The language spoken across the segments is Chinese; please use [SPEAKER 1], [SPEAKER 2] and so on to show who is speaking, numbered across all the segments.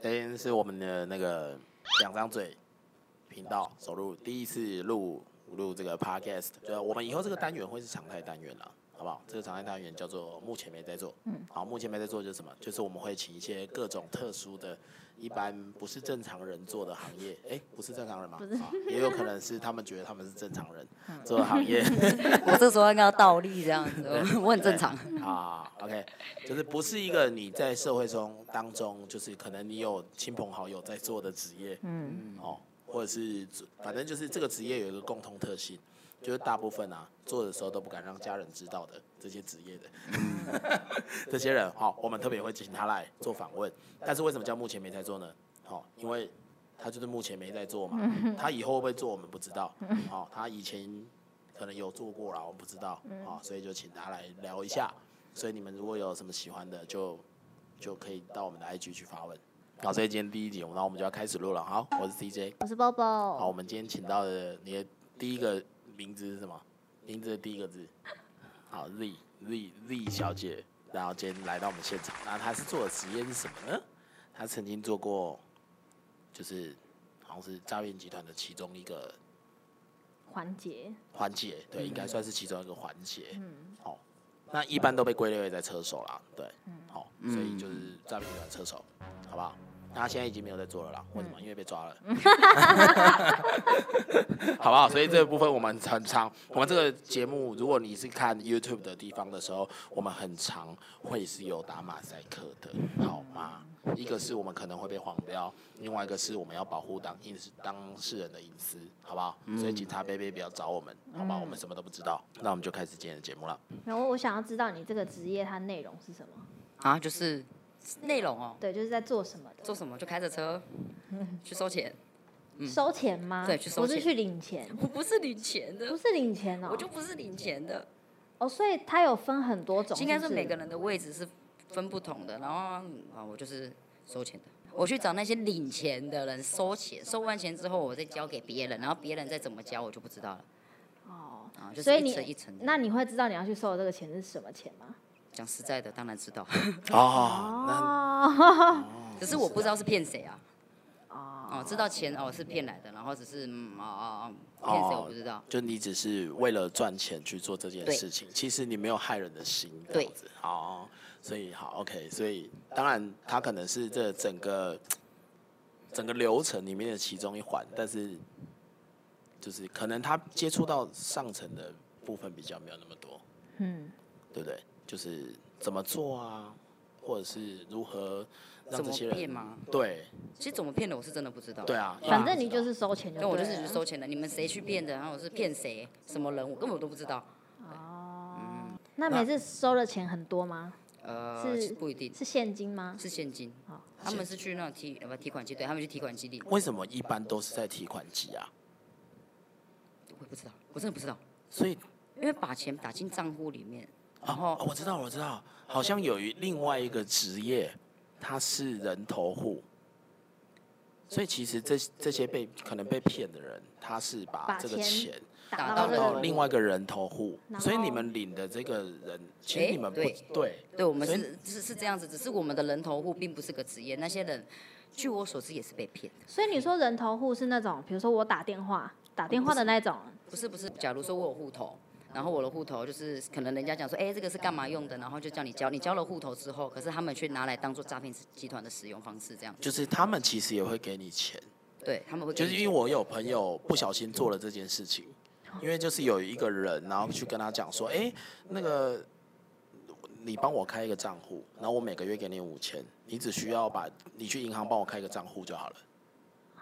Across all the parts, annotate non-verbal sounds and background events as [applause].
[SPEAKER 1] 天哎是我们的那个两张嘴频道首录第一次录录这个 podcast，就我们以后这个单元会是常态单元了。好不好？这个常态单元叫做目前没在做。嗯。好，目前没在做就是什么？就是我们会请一些各种特殊的、一般不是正常人做的行业。哎，不是正常人吗？
[SPEAKER 2] 不是嗯
[SPEAKER 1] 啊也有可能是他们觉得他们是正常人做的行业。
[SPEAKER 3] [laughs] 我这时候应该要倒立这样子， [laughs] 我很正常。
[SPEAKER 1] 啊，OK，就是不是一个你在社会中当中，就是可能你有亲朋好友在做的职业，嗯，哦，或者是反正就是这个职业有一个共通特性，就是大部分啊做的时候都不敢让家人知道的这些职业的， [laughs] 这些人，好、我们特别会请他来做访问。但是为什么叫目前没在做呢？好、因为他就是目前没在做嘛，他以后会不会做我们不知道，好、他以前可能有做过啦，我们不知道，好、所以就请他来聊一下。所以你们如果有什么喜欢的，就就可以到我们的 IG 去发问。好，所以今天第一集，然后我们就要开始录了。好，我是 DJ。
[SPEAKER 2] 我是包
[SPEAKER 1] 好，
[SPEAKER 2] 包，
[SPEAKER 1] 我们今天请到的你的第一个名字是什么？名字的第一个字。好，Z Z Z 小姐，然后今天来到我们现场，那她是做的实验是什么呢？她曾经做过，就是好像是诈骗集团的其中一个
[SPEAKER 2] 环节
[SPEAKER 1] 环节，对，应该算是其中一个环节。嗯，好、那一般都被归类为在车手啦，对，好、所以就是诈骗集团车手，好不好？那他现在已经没有在做了啦，为什么？因为被抓了，好不好？所以这个部分我们很常，我们这个节目，如果你是看 YouTube 的地方的时候，我们很常会是有打马赛克的，好吗？一个是我们可能会被黄标，另外一个是我们要保护当隐私当事人的隐私，好不好？所以警察贝贝不要找我们，好不好？我们什么都不知道。那我们就开始今天的节目了。
[SPEAKER 2] 然后我想要知道你这个职业它内容是什么？
[SPEAKER 3] 啊，就是内容哦，
[SPEAKER 2] 对，就是在做什么的？
[SPEAKER 3] 做什么就开着
[SPEAKER 2] [laughs]
[SPEAKER 3] 车去收钱，
[SPEAKER 2] 收钱吗？
[SPEAKER 3] 嗯对去收
[SPEAKER 2] 不是
[SPEAKER 3] 钱
[SPEAKER 2] 去领钱，
[SPEAKER 3] 我不是领钱
[SPEAKER 2] 不
[SPEAKER 3] 的，
[SPEAKER 2] 是领钱哦。
[SPEAKER 3] 我就不是领钱的，
[SPEAKER 2] 哦，所以它有分很多种，
[SPEAKER 3] 应该
[SPEAKER 2] 是
[SPEAKER 3] 说
[SPEAKER 2] 不是
[SPEAKER 3] 每个人的位置是分不同的，然后啊，我就是收钱的。我去找那些领钱的人收钱，收完钱之后我再交给别人，然后别人再怎么交我就不知道了
[SPEAKER 2] 哦。
[SPEAKER 3] 啊。就是
[SPEAKER 2] 所以
[SPEAKER 3] 一层一
[SPEAKER 2] 你
[SPEAKER 3] 层的。
[SPEAKER 2] 那你会知道你要去收的这个钱是什么钱吗？
[SPEAKER 3] 讲实在的，当然知
[SPEAKER 2] [laughs]
[SPEAKER 3] 道，
[SPEAKER 1] 哦，
[SPEAKER 2] 哦，
[SPEAKER 3] 只是我不知道是骗谁啊。
[SPEAKER 2] 哦，
[SPEAKER 3] 哦，知道钱哦是骗来的，然后只是嗯哦哦哦
[SPEAKER 1] 哦
[SPEAKER 3] 骗谁我不知道。
[SPEAKER 1] 就你只是为了赚钱去做这件事情，其实你没有害人的心，这样子。哦，所以好，OK，所以当然他可能是这整个整个流程里面的其中一环，但是就是可能他接触到上层的部分比较没有那么多。
[SPEAKER 2] 嗯，
[SPEAKER 1] 对不对？就是怎么做啊，或者是如何让
[SPEAKER 3] 怎
[SPEAKER 1] 这
[SPEAKER 3] 么
[SPEAKER 1] 些
[SPEAKER 3] 骗
[SPEAKER 1] 人
[SPEAKER 3] 吗？
[SPEAKER 1] 对
[SPEAKER 3] 其实怎么骗的我是真的不知道。
[SPEAKER 1] 对，啊，
[SPEAKER 2] 反正你就是收钱就
[SPEAKER 3] 因为我就是
[SPEAKER 2] 对
[SPEAKER 3] 去
[SPEAKER 2] 了
[SPEAKER 3] 收钱的，你们谁去骗的，然后我是骗谁，什么人我根本都不知道。
[SPEAKER 2] 那每次收的钱很多吗？
[SPEAKER 3] 呃，
[SPEAKER 2] 是
[SPEAKER 3] 是不一定
[SPEAKER 2] 是现金吗？
[SPEAKER 3] 是现金
[SPEAKER 2] 哦，
[SPEAKER 3] 他们是去那种提呃不提款机，对他们去提款机领，
[SPEAKER 1] 为什么一般都是在提款机啊？
[SPEAKER 3] 我也不知道，我真的不知道，
[SPEAKER 1] 所以
[SPEAKER 3] 因为把钱打进账户里面，然
[SPEAKER 1] 哦
[SPEAKER 3] 后
[SPEAKER 1] 我知道，我知道，好像有一另外一个职业，他是人头户。所以其实这这些被可能被骗的人，他是把
[SPEAKER 2] 把
[SPEAKER 1] 这个
[SPEAKER 2] 钱
[SPEAKER 1] 钱
[SPEAKER 2] 打
[SPEAKER 1] 打
[SPEAKER 2] 到这
[SPEAKER 1] 到
[SPEAKER 2] 个
[SPEAKER 1] 另外一个人头户，
[SPEAKER 2] 然后
[SPEAKER 1] 所以你们领的这个人，其实
[SPEAKER 3] 诶
[SPEAKER 1] 你们不
[SPEAKER 3] 对
[SPEAKER 1] 对
[SPEAKER 3] 对我们
[SPEAKER 1] 所以
[SPEAKER 3] 是是是这样子，只是我们的人头户并不是个职业，那些人据我所知也是被骗的。
[SPEAKER 2] 所以你说人头户是那种，比如说我打电话打电话的那种，
[SPEAKER 3] 不是不是，假如说我有户头，然后我的户头就是可能人家讲说，哎、这个是干嘛用的，然后就叫你交，你交了户头之后，可是他们却拿来当做诈骗集团的使用方式，这样，
[SPEAKER 1] 就是他们其实也会给你钱。
[SPEAKER 3] 对他们会给
[SPEAKER 1] 就
[SPEAKER 3] 你
[SPEAKER 1] 是因
[SPEAKER 3] 钱
[SPEAKER 1] 为我有朋友不小心做了这件事情，因为就是有一个人，然后去跟他讲说，哎、那个你帮我开一个账户，然后我每个月给你五千，你只需要把你去银行帮我开一个账户就好了。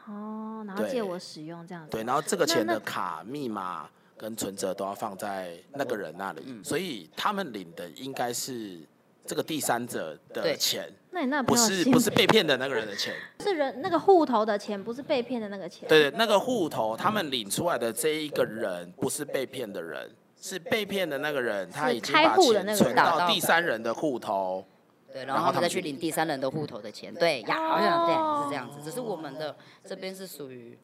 [SPEAKER 2] 哦，然后
[SPEAKER 1] 对
[SPEAKER 2] 借我使用这样子。
[SPEAKER 1] 对，然后这个钱
[SPEAKER 2] 那
[SPEAKER 1] 的
[SPEAKER 2] 那
[SPEAKER 1] 卡密码跟存折都要放在那个人那
[SPEAKER 2] 嗯
[SPEAKER 1] 里，所以他们领的应该是这个第三者的
[SPEAKER 3] 对
[SPEAKER 1] 钱，
[SPEAKER 2] 那你那
[SPEAKER 1] 不
[SPEAKER 2] 朋友
[SPEAKER 1] 是
[SPEAKER 2] 信
[SPEAKER 1] 不是被骗的那个人的钱。
[SPEAKER 2] 是人那个户头的钱，不是被骗的那个钱。
[SPEAKER 1] 对对，那个户头他们领出来的这一个人不是被骗的人，是被骗的那个人，他已经
[SPEAKER 2] 开
[SPEAKER 1] 把
[SPEAKER 2] 户的那
[SPEAKER 1] 钱存
[SPEAKER 2] 个人
[SPEAKER 1] 到第三人的户头。
[SPEAKER 3] 对，
[SPEAKER 1] 然
[SPEAKER 3] 然
[SPEAKER 1] 后
[SPEAKER 3] 后
[SPEAKER 1] 他
[SPEAKER 3] 他们
[SPEAKER 1] 们
[SPEAKER 3] 再
[SPEAKER 1] 去
[SPEAKER 3] 去领第三人的户头的钱，对呀，好像对是这样子，只是我们的这边是属于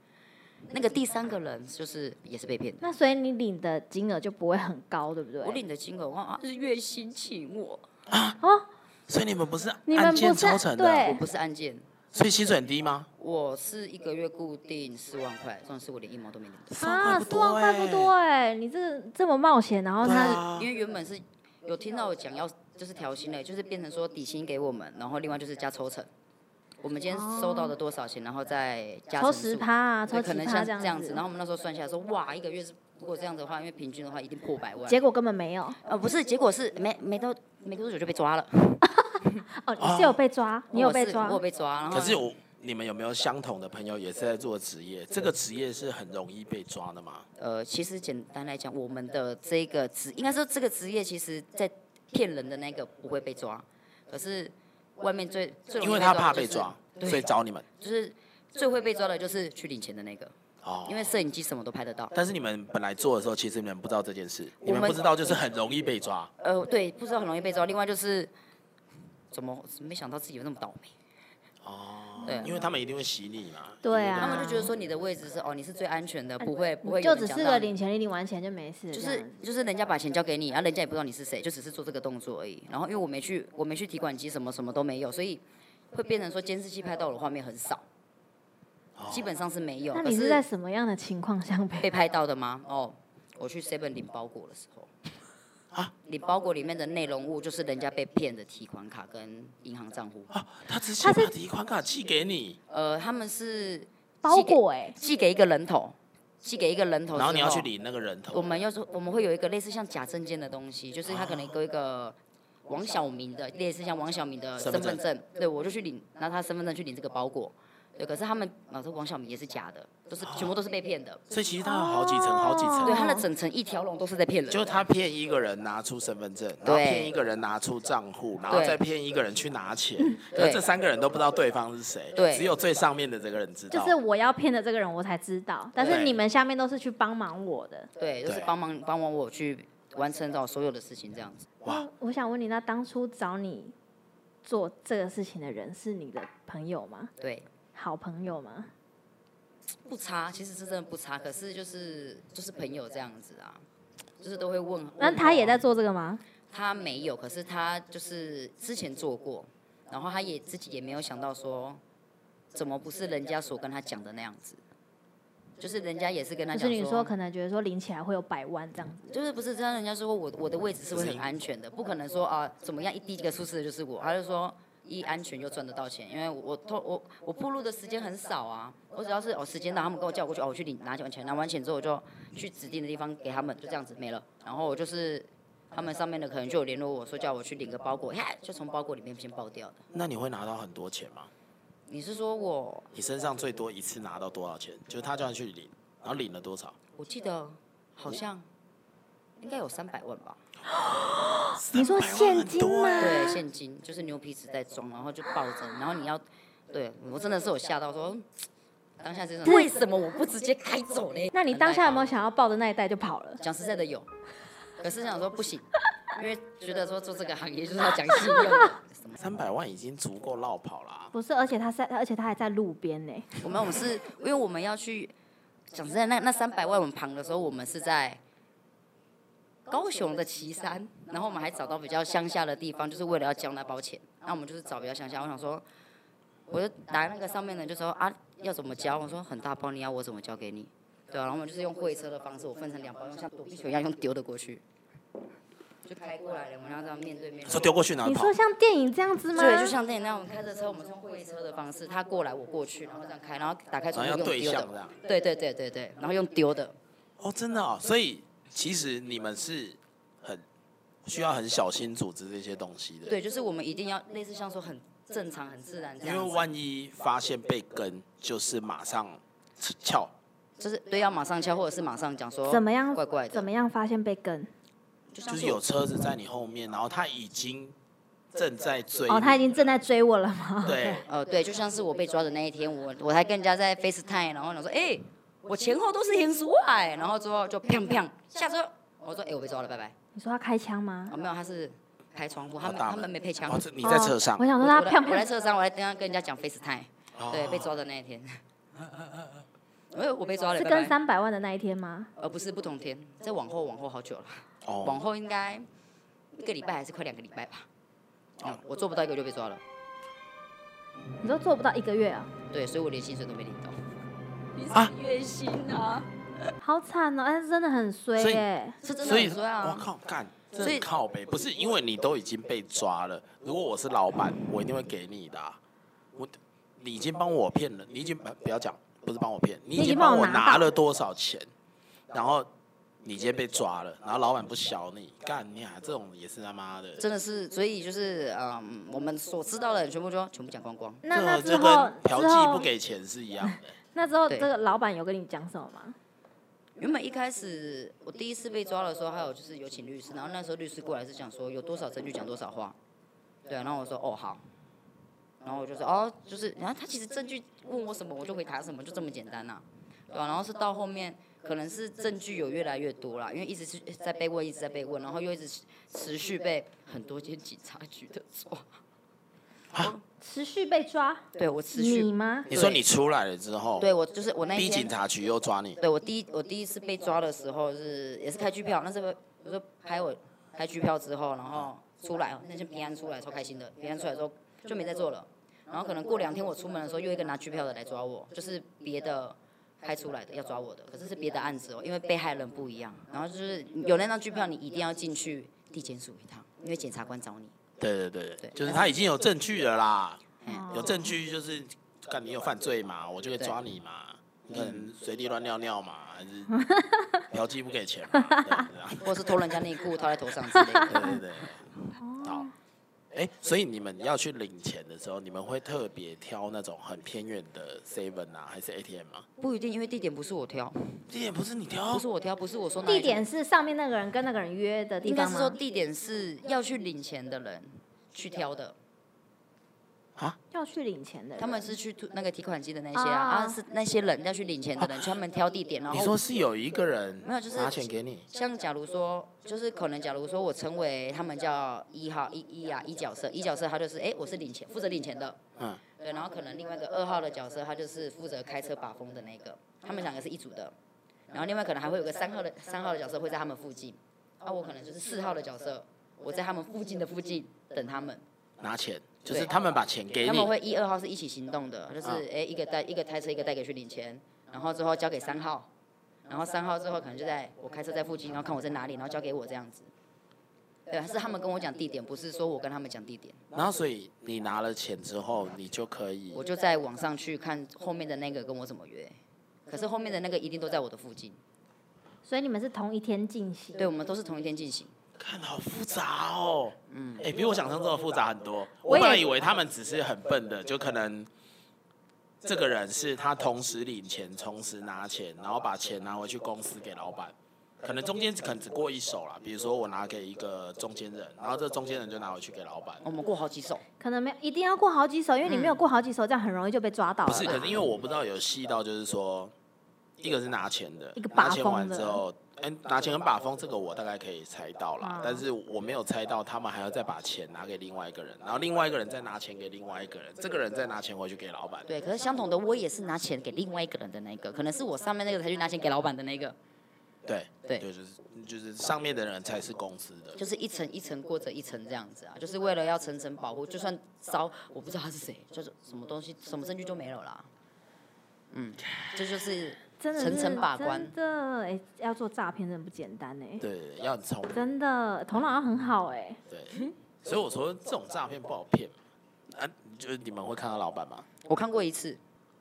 [SPEAKER 3] 那个第三个人，就是也是被骗的。
[SPEAKER 2] 那所以你领的金额就不会很高，对不对？
[SPEAKER 3] 我领的金额，我啊是月薪请我，
[SPEAKER 2] 哦，
[SPEAKER 1] 所以你们不是
[SPEAKER 2] 你
[SPEAKER 1] 按
[SPEAKER 2] 们不
[SPEAKER 1] 件
[SPEAKER 2] 是
[SPEAKER 1] 抽成的，
[SPEAKER 2] 对
[SPEAKER 3] 不是案件，
[SPEAKER 1] 所以薪水很低吗？
[SPEAKER 3] 我是一个月固定四万块，这种事我连一毛都没领到，
[SPEAKER 1] 四万块
[SPEAKER 2] 啊，
[SPEAKER 1] 不
[SPEAKER 2] 四
[SPEAKER 1] 多
[SPEAKER 2] 万块
[SPEAKER 1] 欸
[SPEAKER 2] 不多哎、你这这么冒险，然后
[SPEAKER 1] 对
[SPEAKER 2] 他
[SPEAKER 1] 啊
[SPEAKER 3] 因，为原本是有听到我讲要就是调薪了，就是变成说底薪给我们，然后另外就是加抽成。我们今天收到的多少钱，然后再加
[SPEAKER 2] 抽
[SPEAKER 3] 成
[SPEAKER 2] 十
[SPEAKER 3] 数
[SPEAKER 2] 趴啊，抽
[SPEAKER 3] 对，可
[SPEAKER 2] 七
[SPEAKER 3] 能
[SPEAKER 2] 趴
[SPEAKER 3] 像
[SPEAKER 2] 这
[SPEAKER 3] 这样
[SPEAKER 2] 样
[SPEAKER 3] 子。然后我们那时候算下来说，哇，一个月是如果这样子的话，因为平均的话一定破百万。
[SPEAKER 2] 结果根本没有
[SPEAKER 3] 呃，不是，结果是没没到没多久就被抓了。
[SPEAKER 2] 哦，你是有被抓，你有
[SPEAKER 3] 我
[SPEAKER 2] 被
[SPEAKER 3] 是
[SPEAKER 2] 抓
[SPEAKER 3] 我有，被抓。然后
[SPEAKER 1] 可是我你们有没有相同的朋友也是在做职业？这个职业是很容易被抓的嘛？
[SPEAKER 3] 呃，其实简单来讲，我们的这个职，应该说这个职业，其实在骗人的那个不会被抓，可是外面最最容易
[SPEAKER 1] 因为他怕
[SPEAKER 3] 的
[SPEAKER 1] 被
[SPEAKER 3] 就是
[SPEAKER 1] 抓，
[SPEAKER 3] 对
[SPEAKER 1] 所以找你们
[SPEAKER 3] 就是最会被抓的就是去领钱的那个，
[SPEAKER 1] 哦
[SPEAKER 3] 因。为摄影机什么都拍得到。
[SPEAKER 1] 但是你们本来做的时候，其实你们不知道这件事，你
[SPEAKER 3] 我
[SPEAKER 1] 们
[SPEAKER 3] 们
[SPEAKER 1] 不知道就是很容易被抓。
[SPEAKER 3] 呃，对，不知道很容易被抓。另外就是怎么没想到自己有那么倒霉。对
[SPEAKER 1] 因为他们一定会洗你嘛。
[SPEAKER 2] 对啊
[SPEAKER 3] 他们就觉得说你的位置是哦，你是最安全的，不会不会有
[SPEAKER 2] 就
[SPEAKER 3] 人
[SPEAKER 2] 只
[SPEAKER 3] 讲
[SPEAKER 2] 是
[SPEAKER 3] 到
[SPEAKER 2] 个
[SPEAKER 3] 你
[SPEAKER 2] 领钱，你领完钱就没事，
[SPEAKER 3] 就
[SPEAKER 2] 这样
[SPEAKER 3] 是
[SPEAKER 2] 子
[SPEAKER 3] 就是人家把钱交给你，然后人家也不知道你是谁，就只是做这个动作而已。然后因为我没去，我没去提款机，什么什么都没有，所以会变成说监视器拍到我的画面很少，基本上是没有。
[SPEAKER 2] 哦那
[SPEAKER 3] 可
[SPEAKER 2] 你是在什么样的情况下
[SPEAKER 3] 被
[SPEAKER 2] 被？
[SPEAKER 3] 拍到的吗？哦，我去 Seven 领包裹的时候，啊，领包裹里面的内容物就是人家被骗的提款卡跟银行账户。
[SPEAKER 1] 啊，他直接把提款卡寄给你，
[SPEAKER 3] 呃，他们是
[SPEAKER 2] 包裹哎、
[SPEAKER 3] 寄给一个人头，寄给一个人
[SPEAKER 2] 哦
[SPEAKER 3] 头，
[SPEAKER 1] 然后你要去。领那个人
[SPEAKER 3] 我
[SPEAKER 1] 头。
[SPEAKER 3] 们要说，我们会有一个类似像假证件的东西，就是他可能给我一个王小明的，类似像王小明的
[SPEAKER 1] 身
[SPEAKER 3] 身
[SPEAKER 1] 份
[SPEAKER 3] 份
[SPEAKER 1] 证
[SPEAKER 3] 证，对我就去领，拿他身份证去领这个包裹。对，可是他们老师王小明也是假的，都是
[SPEAKER 1] 啊
[SPEAKER 3] 全部都是被骗的。
[SPEAKER 1] 所以其实他有好几层，好几
[SPEAKER 2] 哦
[SPEAKER 3] 对，
[SPEAKER 1] 层。
[SPEAKER 3] 他的整层一条龙都是在骗人的。
[SPEAKER 1] 就是他骗一个人拿出身份证，然后
[SPEAKER 3] 对
[SPEAKER 1] 骗一个人拿出账户，然后
[SPEAKER 3] 对
[SPEAKER 1] 再骗一个人去拿钱，
[SPEAKER 3] 对
[SPEAKER 1] 而这三个人都不知道对方是谁，
[SPEAKER 3] 对
[SPEAKER 1] 只有最上面的这个人知
[SPEAKER 2] 就
[SPEAKER 1] 道。
[SPEAKER 2] 是我要骗的这个人，我才知道。但是
[SPEAKER 1] 对
[SPEAKER 2] 你们下面都是去帮忙我的。
[SPEAKER 3] 对，就是
[SPEAKER 1] 对
[SPEAKER 3] 帮忙帮忙我去完成到所有的事情这样子。
[SPEAKER 1] 哇，
[SPEAKER 2] 我想问你，那当初找你做这个事情的人是你的朋友吗？
[SPEAKER 3] 对，
[SPEAKER 2] 好朋友吗？
[SPEAKER 3] 不差，其实是真的不差，可是就是就是朋友这样子啊，就是都会问。
[SPEAKER 2] 那
[SPEAKER 3] 问
[SPEAKER 2] 他也
[SPEAKER 3] 候
[SPEAKER 2] 在做这个吗？
[SPEAKER 3] 他没有，可是他就是之前做过，然后他也自己也没有想到说，怎么不是人家所跟他讲的那样子，就是人家也是跟他
[SPEAKER 2] 就
[SPEAKER 3] 讲
[SPEAKER 2] 是你
[SPEAKER 3] 说嗯
[SPEAKER 2] 说可能觉得说领起来会有百万这样子，
[SPEAKER 3] 就是不是这样，人家说我我的位置是会很安全的，不可能说啊怎么样一第一个出事的就是我，他就说一安全就赚得到钱，因为我偷我我铺路的时间很少啊，我只要是哦时间到，他们跟我叫我过去哦，我去领拿完钱，拿完钱之后我就去指定的地方给他们，就这样子没了。然后我就是他们上面的可能就有联络我说叫我去领个包裹，呀，就从包裹里面先爆掉的。
[SPEAKER 1] 那你会拿到很多钱吗？
[SPEAKER 3] 你是说我
[SPEAKER 1] 你身上最多一次拿到多少钱？就是他叫你去领，然后领了多少？
[SPEAKER 3] 我记得好像应该有三百万吧？
[SPEAKER 2] 你说
[SPEAKER 1] 300万
[SPEAKER 2] 现
[SPEAKER 1] 很
[SPEAKER 2] 金
[SPEAKER 1] 多欸
[SPEAKER 2] 吗
[SPEAKER 3] 对，现金就是牛皮纸在装，然后就抱着，然后你要，对我真的是有吓到说，嗯当下这种为什么我不直接开走嘞？
[SPEAKER 2] 那你当下有没有
[SPEAKER 3] 很害
[SPEAKER 2] 想要抱着那一袋就跑了
[SPEAKER 3] 怕？？讲实在的有，可是想说不行，因为觉得说做这个行业就是要讲信用的。什么？
[SPEAKER 1] 三百万已经足够绕跑啦、
[SPEAKER 2] 不是，而且他在，而且他还在路边呢。
[SPEAKER 3] 我们我们是因为我们要去，讲实在那那三百万我们扛的时候，我们是在。高雄的旗山，然后我们还找到比较乡下的地方，就是为了要交那包钱。那我们就是找比较乡下，我想说，我就打那个上面的就说啊，要怎么交？我说很大包，你要我怎么交给你？对啊，然后我们就是用会车的方式，我分成两包，用像躲避球一样用丢的过去，就开过来了，我们要这样面对面。
[SPEAKER 1] 说丢过去哪
[SPEAKER 2] 你
[SPEAKER 1] 跑
[SPEAKER 2] 说？像电影这样子吗？
[SPEAKER 3] 对，就像电影那样，我们开着车，我们是用会车的方式，他过来我过去，然后这样开，然后打开
[SPEAKER 1] 然后
[SPEAKER 3] 窗户
[SPEAKER 1] 要
[SPEAKER 3] 用
[SPEAKER 1] 对
[SPEAKER 3] 丢
[SPEAKER 1] 象
[SPEAKER 3] 的
[SPEAKER 1] 这，样。
[SPEAKER 3] 对对对对对，然后用丢的，
[SPEAKER 1] 哦，真的哦，所以其实你们是很需要很小心组织这些东西的，
[SPEAKER 3] 对，就是我们一定要类似像说很正常、很自然这
[SPEAKER 1] 因
[SPEAKER 3] 样
[SPEAKER 1] 为
[SPEAKER 3] 子。
[SPEAKER 1] 万一发现被跟，就是马上撬。
[SPEAKER 3] 就是对，要马上敲，或者是马上讲说
[SPEAKER 2] 怎么样
[SPEAKER 3] 怪怪的，
[SPEAKER 2] 怎么样发现被跟？
[SPEAKER 3] 就像
[SPEAKER 1] 就是是有车子在你后面，然后他已经正在追你，
[SPEAKER 2] 哦，他已经正在追我了吗？
[SPEAKER 1] 对，
[SPEAKER 3] 呃，对，就像是我被抓的那一天，我我还跟人家在 FaceTime，然后想说，哎、我前后都是田鼠哎，然后之后就砰砰下车，我说，哎、我被抓了，拜拜。
[SPEAKER 2] 你说他开枪吗？
[SPEAKER 3] 哦，没有，他是开窗户，他
[SPEAKER 1] 好
[SPEAKER 3] 们
[SPEAKER 1] 大
[SPEAKER 3] 他
[SPEAKER 1] 门
[SPEAKER 3] 们没配枪。
[SPEAKER 1] 哦，这你在车上
[SPEAKER 2] 哦我，想
[SPEAKER 3] 我
[SPEAKER 2] 说他
[SPEAKER 3] 我在
[SPEAKER 2] 漂
[SPEAKER 3] 我在
[SPEAKER 2] 亮，
[SPEAKER 3] 车上，我还跟他跟人家讲 FaceTime，、
[SPEAKER 1] 哦
[SPEAKER 3] 对，被抓的那
[SPEAKER 1] [laughs]
[SPEAKER 3] 一天。哎，我被抓了，
[SPEAKER 2] 是
[SPEAKER 3] 拜
[SPEAKER 2] 跟
[SPEAKER 3] 拜。
[SPEAKER 2] 三百万的那一天吗？
[SPEAKER 3] 呃，不是不同天，这往后往后好久了，往
[SPEAKER 1] 哦，
[SPEAKER 3] 后应该
[SPEAKER 1] 哦
[SPEAKER 3] 一个礼拜还是快两个礼拜吧。嗯，我做不到一个就被抓了。
[SPEAKER 2] 你都做不到一个月啊，
[SPEAKER 3] 对，所以我连薪水都没领到。
[SPEAKER 1] 啊
[SPEAKER 3] 月薪啊，
[SPEAKER 2] 好惨哦！但是真的很衰
[SPEAKER 1] 所以
[SPEAKER 2] 耶，
[SPEAKER 3] 是真的
[SPEAKER 1] 所以
[SPEAKER 3] 很衰啊
[SPEAKER 1] 我。靠，干，
[SPEAKER 3] 所
[SPEAKER 1] 这
[SPEAKER 3] 以
[SPEAKER 1] 靠北，不是因为你都已经被抓了，如果我是老板，我一定会给你的啊、我你已经帮我骗了，你已经呃不要讲，不是帮我骗，你
[SPEAKER 2] 你已
[SPEAKER 1] 已经
[SPEAKER 2] 经帮
[SPEAKER 1] 帮
[SPEAKER 2] 我
[SPEAKER 1] 我
[SPEAKER 2] 拿
[SPEAKER 1] 拿
[SPEAKER 2] 到
[SPEAKER 1] 了多少钱，然后你今天被抓了，然后老板不小你，干你啊，这种也是他妈的，
[SPEAKER 3] 真的是，所以就是嗯，我们所知道的人全部就全部讲光光。
[SPEAKER 2] 那那
[SPEAKER 1] 这
[SPEAKER 2] 之
[SPEAKER 1] 就
[SPEAKER 2] 后
[SPEAKER 1] 跟嫖
[SPEAKER 2] 之
[SPEAKER 1] 妓不
[SPEAKER 2] 后
[SPEAKER 1] 给钱是一样的。
[SPEAKER 2] 那之后
[SPEAKER 3] 对
[SPEAKER 2] 这个老板有跟你讲什么吗？
[SPEAKER 3] 原本一开始我第一次被抓的时候，还有就是有请律师，然后那时候律师过来是讲说有多少证据讲多少话，对啊，然后我说哦好，然后我就说哦就是，然后他其实证据问我什么我就回答什么，就这么简单呐、对啊，然后是到后面可能是证据有越来越多啦，因为一直是在被问，一直在被问，然后又一直持持续被很多间警察局的抓，
[SPEAKER 2] 持续被抓，
[SPEAKER 3] 对我持
[SPEAKER 2] 你
[SPEAKER 3] 续，
[SPEAKER 2] 吗？
[SPEAKER 1] 你说你出来了之后，
[SPEAKER 3] 对我就是我那一
[SPEAKER 1] 嗯逼
[SPEAKER 3] 天
[SPEAKER 1] 警察局又抓你，
[SPEAKER 3] 对我第一我第一次被抓的时候是也是开机票，那时候我就拍我开机票之后，然后出来，那天平安出来超开心的，平安出来之后就没再做了。然后可能过两天我出门的时候，又一个拿机票的来抓我，就是别的拍出来的要抓我的，可是是别的案子哦，因为被害人不一样。然后就是有那张机票，你一定要进去地检署一趟，因为检察官找你。
[SPEAKER 1] 对对对对
[SPEAKER 3] 对，
[SPEAKER 1] 就是他已经有证据了啦，
[SPEAKER 3] 嗯
[SPEAKER 1] 有证据就是干你有犯罪嘛，我就会抓你嘛，
[SPEAKER 3] 嗯
[SPEAKER 1] 你可能随地乱尿尿嘛，还
[SPEAKER 3] [laughs]
[SPEAKER 1] 是嫖妓不给钱嘛，对对啊
[SPEAKER 3] 或者是偷人家内裤套在头上之类的。
[SPEAKER 2] [laughs]
[SPEAKER 1] 对对对，
[SPEAKER 3] 哦
[SPEAKER 1] 好。哎，所以你们要去领钱的时候，你们会特别挑那种很偏远的 Seven 啊，还是 ATM 吗？
[SPEAKER 3] 不一定，因为地点不是我挑，
[SPEAKER 1] 这也不是你
[SPEAKER 3] 不
[SPEAKER 1] 挑
[SPEAKER 3] 是，我挑，不是我说哪一
[SPEAKER 2] 地
[SPEAKER 3] 种
[SPEAKER 2] 点是上面那个人跟那个人约的地
[SPEAKER 3] 应该
[SPEAKER 2] 方
[SPEAKER 3] 是说
[SPEAKER 2] 吗？
[SPEAKER 3] 地点是要去领钱的人去挑的，
[SPEAKER 2] 要去领钱的人，
[SPEAKER 3] 他们是去吐那个提款机的那些啊，
[SPEAKER 2] 啊
[SPEAKER 3] 啊是那些人要去领钱的人，他们挑地点，然
[SPEAKER 1] 你说
[SPEAKER 3] 后
[SPEAKER 1] 是有一个人
[SPEAKER 3] 没有就是
[SPEAKER 1] 拿钱给你，
[SPEAKER 3] 像假如说，就是可能假如说我成为他们叫一号一一啊一角色，一角色他就是哎、我是领钱负责领钱的，
[SPEAKER 1] 嗯，
[SPEAKER 3] 对，然后可能另外一个二号的角色他就是负责开车把风的那个，他们两个是一组的，然后另外可能还会有个三号的三号的角色会在他们附近，啊我可能就是四号的角色，我在他们附近的附近等他们。
[SPEAKER 1] 拿钱，就是
[SPEAKER 3] 对
[SPEAKER 1] 他们把钱给
[SPEAKER 3] 他
[SPEAKER 1] 你
[SPEAKER 3] 们，会一二号是一起行动的，就是
[SPEAKER 1] 啊
[SPEAKER 3] 哎、诶一个带一个开车，一个带给去领钱，然后之后交给三号，然后三号之后可能就在我开车在附近，然后看我在哪里，然后交给我这样子。对，是他们跟我讲地点，不是说我跟他们讲地点，
[SPEAKER 1] 然后所以你拿了钱之后，你就可以
[SPEAKER 3] 我就在网上去看后面的那个跟我怎么约。可是后面的那个一定都在我的附近，
[SPEAKER 2] 所以你们是同一天进行。
[SPEAKER 3] 对我们都是同一天进行。
[SPEAKER 1] 看好复杂哦，嗯，哎、比我想象中的复杂很多。我
[SPEAKER 2] 我
[SPEAKER 1] 本来
[SPEAKER 2] 也
[SPEAKER 1] 以为他们只是很笨的，就可能这个人是他同时领钱，同时拿钱，然后把钱拿回去公司给老板，可能中间只可能只过一手啦。比如说我拿给一个中间人，然后这中间人就拿回去给老板。
[SPEAKER 3] 我们过好几手，
[SPEAKER 2] 可能没有，一定要过好几手，因为你没有
[SPEAKER 3] 嗯
[SPEAKER 2] 过好几手，这样很容易就被抓到了
[SPEAKER 1] 不
[SPEAKER 2] 吧。
[SPEAKER 1] 是，可是因为我不知道有细到就是说，一个是拿钱的，
[SPEAKER 2] 一个
[SPEAKER 1] 拿
[SPEAKER 2] 把
[SPEAKER 1] 钱
[SPEAKER 2] 风
[SPEAKER 1] 完
[SPEAKER 2] 的
[SPEAKER 1] 之后，嗯，拿钱跟把风这个我大概可以猜到啦，
[SPEAKER 2] 啊
[SPEAKER 1] 但是我没有猜到他们还要再把钱拿给另外一个人，然后另外一个人再拿钱给另外一个人，这个人再拿钱回去给老板。
[SPEAKER 3] 对。可是相同的，我也是拿钱给另外一个人的那个，可能是我上面那个才去拿钱给老板的那个，
[SPEAKER 1] 对
[SPEAKER 3] 对
[SPEAKER 1] 对，就是就是上面的人才是公司的。
[SPEAKER 3] 就是一层一层过着一层这样子啊，就是为了要层层保护，就算招我不知道他是谁，就是什么东西什么证据就没有啦。嗯，这就是
[SPEAKER 2] 真的是
[SPEAKER 3] 层层把关
[SPEAKER 2] 真的，哎、要做诈骗真的不简单哎、
[SPEAKER 1] 对，要很聪明。
[SPEAKER 2] 真的头脑要很好哎、
[SPEAKER 1] 对，所以我说这种诈骗不好骗嘛。啊，就是你们会看到老板吗？
[SPEAKER 3] 我看过一次，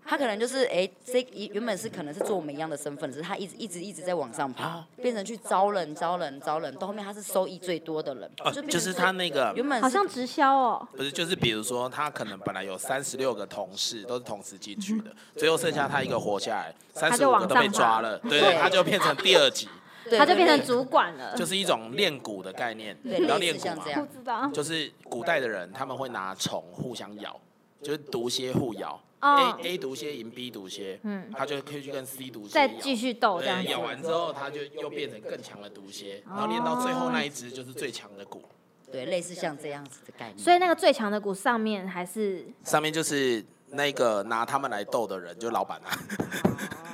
[SPEAKER 3] 他可能就是哎、这一原本是可能是做我们一样的身份，只是他一直一直一直在往上爬
[SPEAKER 1] 啊，
[SPEAKER 3] 变成去招人招人招人，到后面他是收益最多的人，就变成
[SPEAKER 1] 哦就是他那个
[SPEAKER 3] 原本是
[SPEAKER 2] 好像直销哦、
[SPEAKER 1] 不是，就是比如说，他可能本来有三十六个同事都是同时进去的，最后剩下他一个活下来，三
[SPEAKER 2] 嗯他
[SPEAKER 1] 十
[SPEAKER 2] 就
[SPEAKER 1] 五
[SPEAKER 2] 往
[SPEAKER 1] 个都被
[SPEAKER 2] 上
[SPEAKER 1] 抓
[SPEAKER 2] 爬
[SPEAKER 1] 了，对对，他就变成第二级，
[SPEAKER 3] 对
[SPEAKER 2] 他就变成
[SPEAKER 3] 对
[SPEAKER 2] 主管了，
[SPEAKER 1] 就是一种练蛊的概念，
[SPEAKER 3] 对
[SPEAKER 1] 你知道
[SPEAKER 3] 类似
[SPEAKER 1] 练蛊
[SPEAKER 3] 像
[SPEAKER 1] 吗
[SPEAKER 3] 这？
[SPEAKER 2] 不
[SPEAKER 3] 样
[SPEAKER 2] 知道
[SPEAKER 1] 就是古代的人他们会拿虫互相咬，就是毒蝎互咬、
[SPEAKER 2] 哦
[SPEAKER 1] a A 毒蝎赢 B 毒蝎，
[SPEAKER 2] 嗯
[SPEAKER 1] 他就可以去跟 C 毒蝎
[SPEAKER 2] 再
[SPEAKER 1] 咬
[SPEAKER 2] 继续斗这样
[SPEAKER 1] 对，咬完
[SPEAKER 2] 子。
[SPEAKER 1] 之后他就又变成更强的毒蝎，然后练到最后那一只就是最强的蛊，
[SPEAKER 2] 哦
[SPEAKER 3] 对类似像这样子的概念，
[SPEAKER 2] 所以那个最强的股上面还是
[SPEAKER 1] 上面就是那个拿他们来斗的人，就老板啊。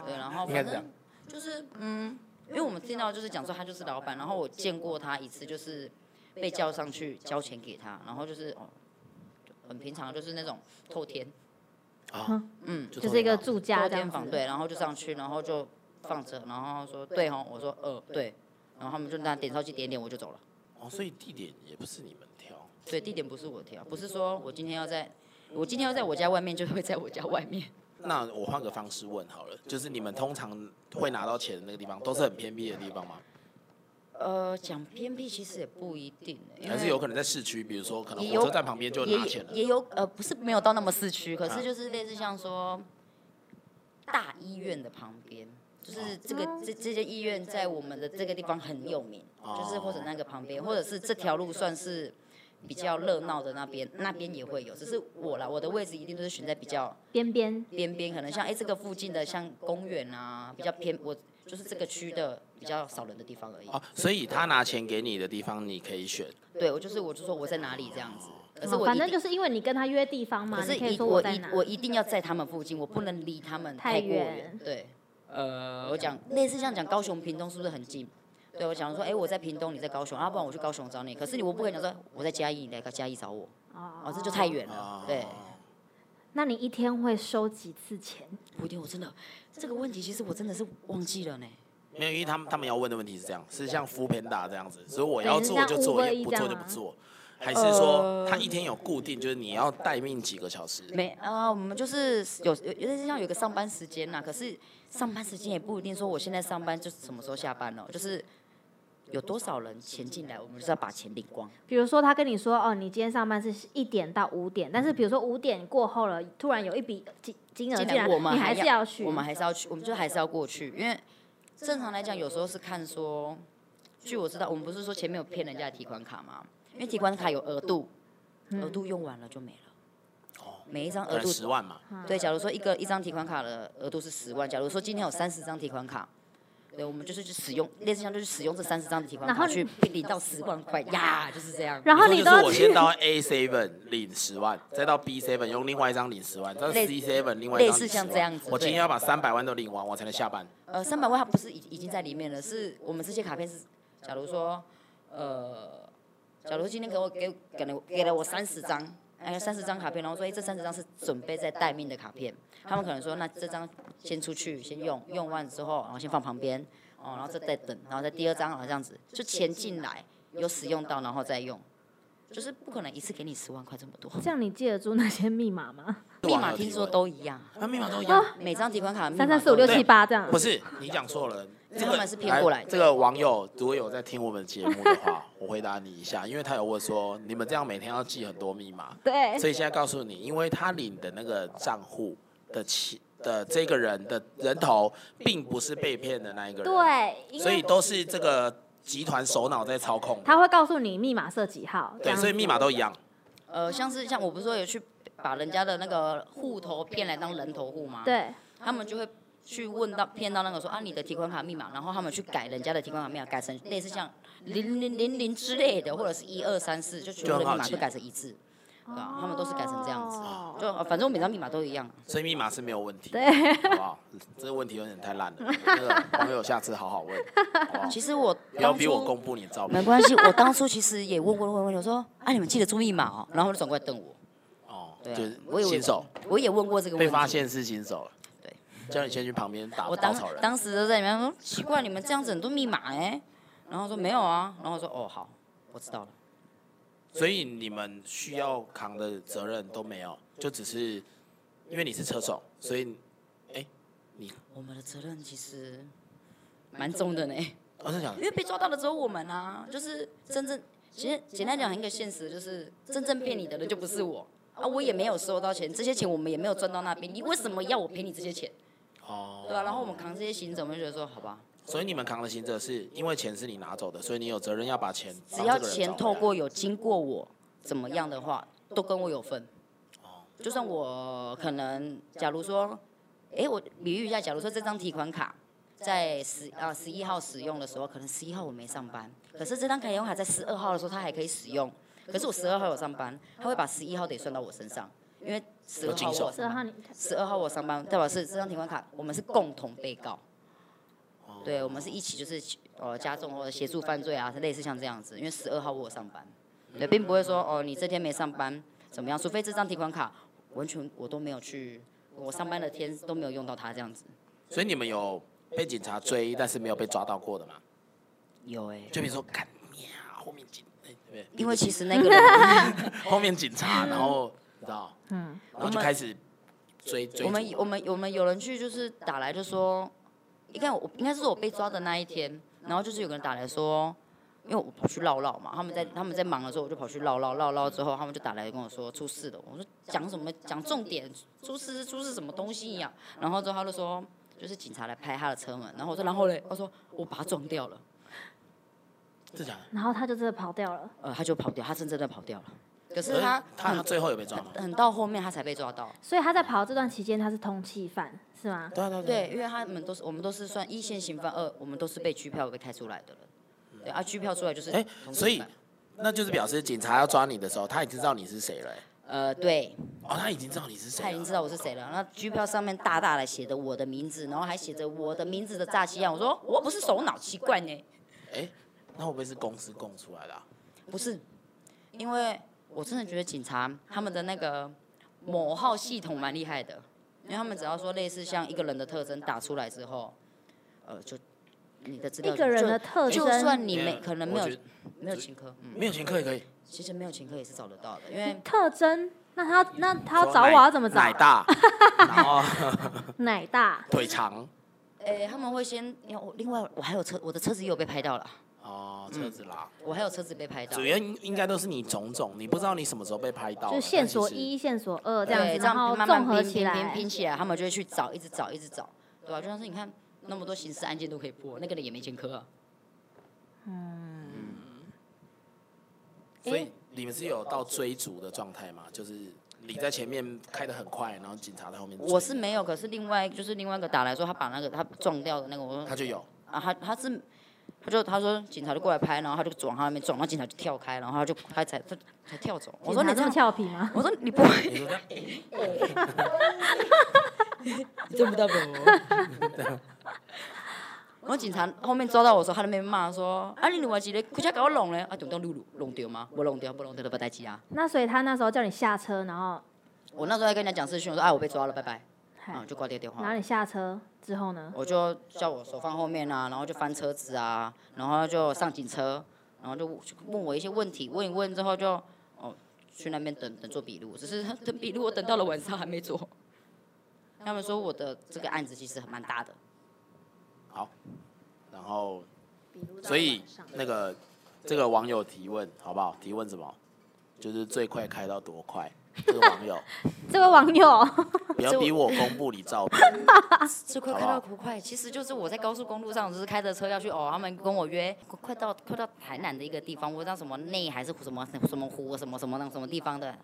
[SPEAKER 3] 对，然后
[SPEAKER 1] 应该
[SPEAKER 3] 反
[SPEAKER 1] 是这样
[SPEAKER 3] 正就是嗯，因为我们听到就是讲说他就是老板，然后我见过他一次，就是被叫上去交钱给他，然后就是哦，很平常，就是那种透天
[SPEAKER 1] 啊，
[SPEAKER 3] 嗯，
[SPEAKER 1] 就
[SPEAKER 2] 就是一个
[SPEAKER 1] 同
[SPEAKER 2] 住家
[SPEAKER 3] 透
[SPEAKER 2] 这样
[SPEAKER 3] 天
[SPEAKER 2] 子
[SPEAKER 3] 房，，对，然后就上去，然后就放着，然后说对哦，我说呃对，然后他们就拿点钞机点一点，我就走了。
[SPEAKER 1] 哦，所以地点也不是你们挑，
[SPEAKER 3] 对，地点不是我啊挑，不是说我今天要在，我今天要在我家外面，就会在我家外面。
[SPEAKER 1] 那我换个方式问好了，就是你们通常会拿到钱的那个地方，都是很偏僻的地方吗？
[SPEAKER 3] 呃，讲偏僻其实也不一定、欸因
[SPEAKER 1] 还是
[SPEAKER 3] 为
[SPEAKER 1] 有可能在市区，比如说可能
[SPEAKER 3] 也
[SPEAKER 1] 火
[SPEAKER 3] 有
[SPEAKER 1] 车站旁边就
[SPEAKER 3] 也
[SPEAKER 1] 拿钱了？
[SPEAKER 3] 也有呃，不是没有到那么市区，可
[SPEAKER 1] 啊
[SPEAKER 3] 是就是类似像说大医院的旁边，
[SPEAKER 1] 哦
[SPEAKER 3] 就是这个这这些医院在我们的这个地方很有名，
[SPEAKER 1] 哦
[SPEAKER 3] 就是或者那个旁边，或者是这条路算是比较热闹的那边，那边也会有。只是我啦，我的位置一定都是选在比较
[SPEAKER 2] 边边
[SPEAKER 3] 边边，可能像哎、这个附近的像公园啊，比较偏我就是这个区的比较少人的地方而已。
[SPEAKER 1] 哦，所以他拿钱给你的地方，你可以选。
[SPEAKER 3] 对我就是我就说我在哪里这样子，可是
[SPEAKER 2] 哦
[SPEAKER 3] 我
[SPEAKER 2] 反
[SPEAKER 3] 一
[SPEAKER 2] 正
[SPEAKER 3] 定
[SPEAKER 2] 就是因为你跟他约地方嘛，
[SPEAKER 3] 可是
[SPEAKER 2] 你可以
[SPEAKER 3] 一
[SPEAKER 2] 说
[SPEAKER 3] 我
[SPEAKER 2] 在
[SPEAKER 3] 一
[SPEAKER 2] 哪，
[SPEAKER 3] 我一定要在他们附近，我不能离他们
[SPEAKER 2] 太
[SPEAKER 3] 太过
[SPEAKER 2] 远
[SPEAKER 3] 远。对，呃，我讲类似像讲高雄、屏东是不是很近？对我讲说，哎、我在屏东，你在高雄，啊，不然我去高雄找你。可是你我不可能讲说我在嘉义，你来嘉义找我，
[SPEAKER 2] 哦
[SPEAKER 3] 哦，这就太。远
[SPEAKER 1] 哦
[SPEAKER 3] 了。对，
[SPEAKER 2] 那你一天会收几次钱？
[SPEAKER 3] 不一定，我真的这个问题，其实我真的是忘记了呢。
[SPEAKER 1] 没有，因为他们他们要问的问题是这样，是像 f o o p a n d a 这样子，所以我要做就做，
[SPEAKER 2] 对
[SPEAKER 1] 也
[SPEAKER 2] 是像
[SPEAKER 1] 不做就
[SPEAKER 3] 啊
[SPEAKER 2] Uber Eats
[SPEAKER 1] 不做，还是
[SPEAKER 3] 呃
[SPEAKER 1] 说他一天有固定，就是你要待命几个小时？
[SPEAKER 3] 没啊、我们就是有有有点像有个上班时间啦，可是上班时间也不一定说我现在上班就是什么时候下班了，就是有多少人钱进来，我们就是要把钱领光。
[SPEAKER 2] 比如说他跟你说，哦，你今天上班是一点到五点，但是比如说五点过后了，突然有一笔金金额
[SPEAKER 3] 既
[SPEAKER 2] 进来，
[SPEAKER 3] 然我们
[SPEAKER 2] 你还是
[SPEAKER 3] 要
[SPEAKER 2] 要去，
[SPEAKER 3] 我们还是要去，我们就还是要过去，因为正常来讲，有时候是看说，据我知道，我们不是说前面有骗人家的提款卡吗？因为提款卡有额度，额
[SPEAKER 2] 嗯
[SPEAKER 3] 度用完了就没了。
[SPEAKER 1] 哦
[SPEAKER 3] 每一张
[SPEAKER 1] 可
[SPEAKER 3] 额
[SPEAKER 1] 能
[SPEAKER 3] 度
[SPEAKER 1] 十万嘛，
[SPEAKER 3] 对，假如说一个一张提款卡的额度是十万，假如说今天有三十张提款卡，对，我们就是去使用，类似像就是使用这三十张的提款
[SPEAKER 2] 然后
[SPEAKER 3] 卡
[SPEAKER 2] 你
[SPEAKER 3] 去领到十万块呀，就是这样。
[SPEAKER 2] 然后你
[SPEAKER 1] 你
[SPEAKER 2] 都
[SPEAKER 1] 说就是
[SPEAKER 2] 要
[SPEAKER 1] 我
[SPEAKER 2] 去
[SPEAKER 1] 先，到 A seven 领十万，再到 B seven 用另外一张领十万，再到 C
[SPEAKER 3] 类
[SPEAKER 1] seven 另外一张领10万
[SPEAKER 3] 类似像这样子
[SPEAKER 1] 我今天
[SPEAKER 3] 对
[SPEAKER 1] 要把三百万都领完，我才能下班。
[SPEAKER 3] 呃，三百万它不是已已经在里面了，是我们这些卡片是，假如说，呃，假如今天给我给给了给了我三十张，哎，三十张卡片，然后说，哎，这三十张是准备在待命的卡片，他们可能说，那这张先出去，先用，用完之后，然后先放旁边，哦，然后再再等，然后再第二张，然后这样子，就钱进来有使用到，然后再用，就是不可能一次给你十万块这么多，
[SPEAKER 2] 这样你记得住那些密码吗？
[SPEAKER 3] 密码听说都一样，
[SPEAKER 1] 啊，密码都一样。
[SPEAKER 3] 每张提款卡的密码
[SPEAKER 2] 三
[SPEAKER 3] 都
[SPEAKER 2] 三四五六
[SPEAKER 3] 一样
[SPEAKER 2] 七八这样
[SPEAKER 1] 不，是你讲错了，这
[SPEAKER 3] 他
[SPEAKER 1] 个哎
[SPEAKER 3] 们是骗过来的
[SPEAKER 1] 这个网友如果有在听我们节目的
[SPEAKER 3] [laughs]
[SPEAKER 1] 话，我回答你一下，因为他有问说，你们这样每天要记很多密码，
[SPEAKER 3] 哎
[SPEAKER 2] 对，
[SPEAKER 1] 所以现在告诉你，因为他领的那个账户的钱的这个人的人头，并不是被骗的那一个人，
[SPEAKER 2] 对，因
[SPEAKER 1] 所以
[SPEAKER 2] 为
[SPEAKER 1] 都是这个集团首脑在操控，
[SPEAKER 2] 他会告诉你密码设几号，这
[SPEAKER 1] 对，
[SPEAKER 2] 样
[SPEAKER 1] 所以密码都一样。
[SPEAKER 3] 呃，像是像我不是说有去把人家的那个户头骗来当人头户吗？，
[SPEAKER 2] 对，
[SPEAKER 3] 他们就会去问到骗到那个说啊你的提款卡密码，然后他们去改人家的提款卡密码，改成类似像零零零零之类的，或者是一二三四，就全部
[SPEAKER 1] 就很
[SPEAKER 3] 的
[SPEAKER 1] 好
[SPEAKER 3] 密码
[SPEAKER 1] 记
[SPEAKER 3] 都改成一致，对吧、他们都是改成这样子，
[SPEAKER 2] 哦
[SPEAKER 3] 就呃反正我每张密码都一样。
[SPEAKER 1] 所以密码是没有问题，
[SPEAKER 2] 对，
[SPEAKER 1] 好不好？这个问题有点太烂了，那个网友下次好好问，好不
[SPEAKER 2] 嗯
[SPEAKER 1] 好？
[SPEAKER 3] 其实我
[SPEAKER 1] 不要
[SPEAKER 3] 当
[SPEAKER 1] 逼我
[SPEAKER 3] 初
[SPEAKER 1] 公布你的照片
[SPEAKER 3] 没关系，我当初其实也问过问问，我说啊你们记得注密码哦，然后他们就转过来瞪我，
[SPEAKER 1] 哦，
[SPEAKER 3] 对、啊，我
[SPEAKER 1] 就
[SPEAKER 3] 也
[SPEAKER 1] 是
[SPEAKER 3] 问
[SPEAKER 1] 新手。，
[SPEAKER 3] 我也问过这个问
[SPEAKER 1] 被
[SPEAKER 3] 题。
[SPEAKER 1] 发现是新手了，
[SPEAKER 3] 对，
[SPEAKER 1] 叫你先去旁边打
[SPEAKER 3] 我
[SPEAKER 1] 稻
[SPEAKER 3] 当
[SPEAKER 1] 草人。
[SPEAKER 3] 当时就在里面说嗯奇怪，你们这样子很多密码哎、然后说没有啊，然后我说哦好，我知道了。
[SPEAKER 1] 所以你们需要扛的责任都没有，就只是因为你是车手，所以
[SPEAKER 3] 我们的责任其实蛮重 [laughs] 的呢，
[SPEAKER 1] 我在想
[SPEAKER 3] 因为被抓到的只有我们啊，就是真正其实简单讲一个现实就是真正骗你的人就不是我啊，我也没有收到钱，这些钱我们也没有赚到那边，你为什么要我赔你这些钱？
[SPEAKER 1] 哦，
[SPEAKER 3] 对啊，然后我们扛这些行程，我们就觉得说好吧，
[SPEAKER 1] 所以你们扛的刑责是因为钱是你拿走的，所以你有责任要把钱
[SPEAKER 3] 只要
[SPEAKER 1] 帮这个人
[SPEAKER 3] 钱
[SPEAKER 1] 找回
[SPEAKER 3] 透
[SPEAKER 1] 来
[SPEAKER 3] 过有经过我怎么样的话，都跟我有份。就算我可能，假如说，诶，我比喻一下，假如说这张提款卡在十啊十一号使用的时候，可能十一号我没上班，可是这张卡用卡在十二号的时候它还可以使用，可是我十二号有上班，他会把十一号得算到我身上，因为十
[SPEAKER 1] 有
[SPEAKER 3] 二
[SPEAKER 1] 经
[SPEAKER 3] 号
[SPEAKER 1] 手
[SPEAKER 3] 我
[SPEAKER 2] 十二号
[SPEAKER 1] 嗯
[SPEAKER 2] 你
[SPEAKER 3] 十二号我上班，代表是这张提款卡我们是共同被告。对，我们是一起就是呃加重或者协助犯罪啊，类似像这样子。因为十二号我有上班，对，并不会说哦你这天没上班，怎么样，除非这张提款卡完全我都没有去，我上班的天都没有用到它这样子。
[SPEAKER 1] 所以你们有被警察追，但是没有被抓到过的吗？
[SPEAKER 3] 有哎、
[SPEAKER 1] 就比如说，干喵，后面警，哎对不对
[SPEAKER 3] 因为其实那个人，
[SPEAKER 1] 后面警察，然后你知道，
[SPEAKER 2] 嗯，
[SPEAKER 1] 然后就开始追追逐。
[SPEAKER 3] 我们我们我们有人去就是打来就说，应该我应该是我被抓的那一天，然后就是有个人打来说，因为我跑去绕绕嘛，他们在他们在忙的时候，我就跑去绕绕绕绕之后，他们就打来跟我说出事了，我说讲什么讲重点，出事是出事什么东西呀、然后之后他就说就是警察来拍他的车门，然后我说然后嘞，他说我把他撞掉了，
[SPEAKER 1] 是这样，
[SPEAKER 2] 然后他就真的跑掉了。
[SPEAKER 3] 呃，他就跑掉，他真正的跑掉了，可
[SPEAKER 1] 可
[SPEAKER 3] 是
[SPEAKER 1] 是
[SPEAKER 3] 他
[SPEAKER 1] 他他最后有被抓吗？啊
[SPEAKER 3] 很到后面他才被抓到。
[SPEAKER 2] 所以他在跑这段期间他是通缉犯是吗？
[SPEAKER 1] 对啊对啊
[SPEAKER 3] 对，因为他们都是我们都是算一线刑犯，二我们都是被拘票被开出来的人。对啊，拘票出来就是
[SPEAKER 1] 哎
[SPEAKER 3] 同
[SPEAKER 1] 所以
[SPEAKER 3] 罪犯
[SPEAKER 1] 那就是表示警察要抓你的时候，他已经知道你是谁了、欸
[SPEAKER 3] 呃，对，
[SPEAKER 1] 哦，他已经知道你是谁
[SPEAKER 3] 他
[SPEAKER 1] 了。
[SPEAKER 3] 已经知道我是谁了。那拘票上面大大的写的我的名字，然后还写着我的名字的诈欺案。我说我又不是首脑，奇怪呢，
[SPEAKER 1] 哎、那会不会是公司供出来的啊、
[SPEAKER 3] 不是，因为我真的觉得警察他们的那个某号系统蛮厉害的，因为他们只要说类似像一个人的特征打出来之后，呃，就你的资料
[SPEAKER 2] 一个人
[SPEAKER 3] 就
[SPEAKER 2] 的特
[SPEAKER 3] 就
[SPEAKER 2] 征，
[SPEAKER 3] 算你没可能没有
[SPEAKER 1] 我觉得
[SPEAKER 3] 没有前科，嗯。
[SPEAKER 1] 没有前科也可以，
[SPEAKER 3] 其实没有前科也是找得到的，因为
[SPEAKER 2] 特征，那他要那他要
[SPEAKER 1] 说
[SPEAKER 2] 找我啊
[SPEAKER 1] 奶
[SPEAKER 2] 要怎么找？
[SPEAKER 1] 奶
[SPEAKER 2] [laughs]
[SPEAKER 1] 大，然后
[SPEAKER 2] 奶大，
[SPEAKER 1] 腿长
[SPEAKER 3] 诶、他们会先，因为我另外我还有车，我的车子也有被拍到了，
[SPEAKER 1] 哦，车子啦，
[SPEAKER 2] 嗯
[SPEAKER 3] 我还有车子被拍到
[SPEAKER 1] 主，要应应该都是你种种，你不知道你什么时候被拍到的，
[SPEAKER 2] 就线索
[SPEAKER 1] 但其实，
[SPEAKER 2] 一、线索二
[SPEAKER 3] 对
[SPEAKER 2] 这样子，
[SPEAKER 3] 这
[SPEAKER 2] 然后
[SPEAKER 3] 慢慢
[SPEAKER 2] 综合
[SPEAKER 3] 拼
[SPEAKER 2] 起
[SPEAKER 3] 拼拼
[SPEAKER 2] 来。
[SPEAKER 3] 拼起来，他们就会去找，一直找，一直找，对吧、就像是你看那么多刑事案件都可以破，那个人也没前科、啊，
[SPEAKER 1] 所以你们是有到追逐的状态吗？就是你在前面开的很快，然后警察在后面追，
[SPEAKER 3] 我是没有，可是另外就是另外一个打来说，他把那个他撞掉的那个，我说
[SPEAKER 1] 他就有，
[SPEAKER 3] 啊，他他是。他就他说警察就过来拍，然后他就往他那边撞，然后警察就跳开，然后他就他才他才跳走。我说
[SPEAKER 2] 警察
[SPEAKER 3] 你这
[SPEAKER 2] 这么
[SPEAKER 3] 样，
[SPEAKER 2] 俏皮吗？
[SPEAKER 3] 我说你不会，
[SPEAKER 1] 你说这样
[SPEAKER 3] 你做不到不？ [laughs] 然后警察后面抓到我的时候，他在那边骂说：“啊，你另外一个国家搞我弄嘞，啊，中中露露弄掉吗？不弄掉，不弄掉就不带机啊！”
[SPEAKER 2] 那所以他那时候叫你下车，然后
[SPEAKER 3] 我那时候在跟人家讲事情，我说：“啊，我被抓了，拜拜。”
[SPEAKER 2] 嗨
[SPEAKER 1] 嗯
[SPEAKER 3] 啊，就挂掉电
[SPEAKER 2] 然后
[SPEAKER 3] 话。
[SPEAKER 2] 你下车之后呢？
[SPEAKER 3] 我就叫我手放后面啊，然后就翻车子啊，然后就上警车，然后就问我一些问题，问一问之后就哦去那边等等做笔录，只是等笔录我等到了晚上还没做。他们说我的这个案子其实还蛮大的，
[SPEAKER 1] 然后所以那个这个网友提问好不好？提问什么？就是最快开到多快？这个网
[SPEAKER 2] [laughs]
[SPEAKER 1] 友
[SPEAKER 2] 这位网
[SPEAKER 3] [laughs]
[SPEAKER 2] 友，
[SPEAKER 1] 不要逼我公布你照片，
[SPEAKER 2] [laughs]
[SPEAKER 3] 这快开到国快，其实就是我在高速公路上，就是开着车要去哦，他们跟我约，快快到快到台南的一个地方，我不知道什么内还是什么什么湖什么什么那什么地方的，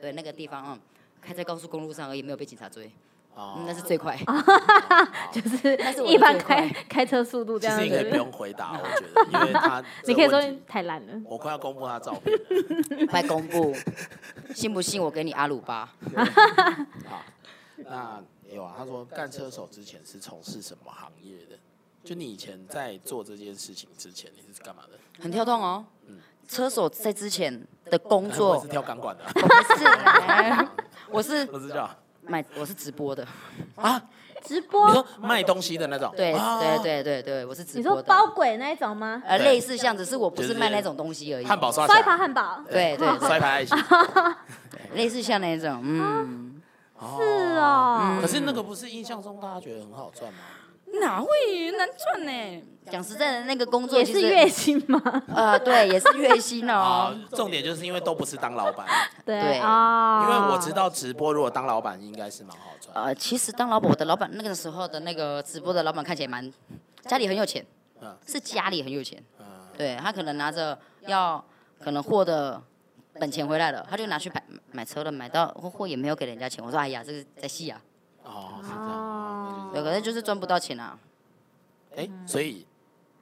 [SPEAKER 3] 对那个地方嗯，开在高速公路上而已，没有被警察追，
[SPEAKER 1] 哦
[SPEAKER 3] 嗯那是最快。
[SPEAKER 2] 就是
[SPEAKER 3] 那是我的
[SPEAKER 2] 一般
[SPEAKER 3] 最
[SPEAKER 2] 开
[SPEAKER 3] 快
[SPEAKER 2] 开车速度这
[SPEAKER 1] 其
[SPEAKER 2] 样
[SPEAKER 1] 实你可以不
[SPEAKER 2] 子。
[SPEAKER 1] 用回答，我觉得，因为
[SPEAKER 2] [laughs]
[SPEAKER 1] 他
[SPEAKER 2] 你可以
[SPEAKER 1] 这个
[SPEAKER 2] 说
[SPEAKER 1] 问题
[SPEAKER 2] 太懒了，
[SPEAKER 1] 我快要公布他照片了。
[SPEAKER 3] 快公布，信不信我给你阿鲁巴？
[SPEAKER 1] 好，那有啊，他说干车手之前是从事什么行业的？就你以前在做这件事情之前，你是干嘛的？
[SPEAKER 3] 很跳动哦。车手在之前的工
[SPEAKER 1] 哎我也
[SPEAKER 3] 作
[SPEAKER 1] 是，跳钢管
[SPEAKER 3] [laughs]
[SPEAKER 1] 的啊、
[SPEAKER 3] 我不是 [laughs] 啦，我是
[SPEAKER 1] 不知道
[SPEAKER 3] 买我是直播的，
[SPEAKER 1] 啊？
[SPEAKER 2] 直
[SPEAKER 1] 你
[SPEAKER 2] 播
[SPEAKER 1] 说，卖东西的那种？
[SPEAKER 3] 对
[SPEAKER 1] 啊
[SPEAKER 3] 对对对对，我是直
[SPEAKER 2] 你
[SPEAKER 3] 播
[SPEAKER 2] 说
[SPEAKER 3] 的。
[SPEAKER 2] 包鬼那一种吗？
[SPEAKER 3] 呃，
[SPEAKER 1] 对
[SPEAKER 3] 类似像，只是我不
[SPEAKER 1] 就是是
[SPEAKER 3] 卖那种东西而已。
[SPEAKER 1] 汉堡刷起
[SPEAKER 2] 刷一
[SPEAKER 1] 来，
[SPEAKER 2] 盘汉堡，
[SPEAKER 3] 对对对，
[SPEAKER 1] 摔牌爱心。
[SPEAKER 3] 类似像那种，
[SPEAKER 2] 啊
[SPEAKER 3] 嗯，
[SPEAKER 2] 是哦，
[SPEAKER 1] 可是那个不是印象中大家觉得很好赚吗？
[SPEAKER 3] 哪会难赚呢？讲实在的，那个工作
[SPEAKER 2] 也
[SPEAKER 3] 其
[SPEAKER 2] 是
[SPEAKER 3] 实
[SPEAKER 2] 月薪吗？
[SPEAKER 3] 呃，对，也是月
[SPEAKER 1] [laughs]
[SPEAKER 3] 薪
[SPEAKER 1] 啊
[SPEAKER 3] 哦。，
[SPEAKER 1] 重点就是因为都不是当老板，
[SPEAKER 2] 对
[SPEAKER 3] 对
[SPEAKER 2] 啊，
[SPEAKER 3] 哦
[SPEAKER 1] 因为我知道直播如果当老板应该是蛮好赚的。
[SPEAKER 3] 呃，其实当老板，我的老板那个时候的那个直播的老板看起来蛮，家里很有钱
[SPEAKER 1] 嗯，
[SPEAKER 3] 是家里很有钱，
[SPEAKER 1] 嗯，
[SPEAKER 3] 对他可能拿着要可能获得本钱回来了，他就拿去买买车了，买到货也没有给人家钱。我说哎呀，这是在戏啊，
[SPEAKER 1] 哦，是这样哦。
[SPEAKER 3] 对，可是就是赚不到钱啊。
[SPEAKER 1] 哎、所以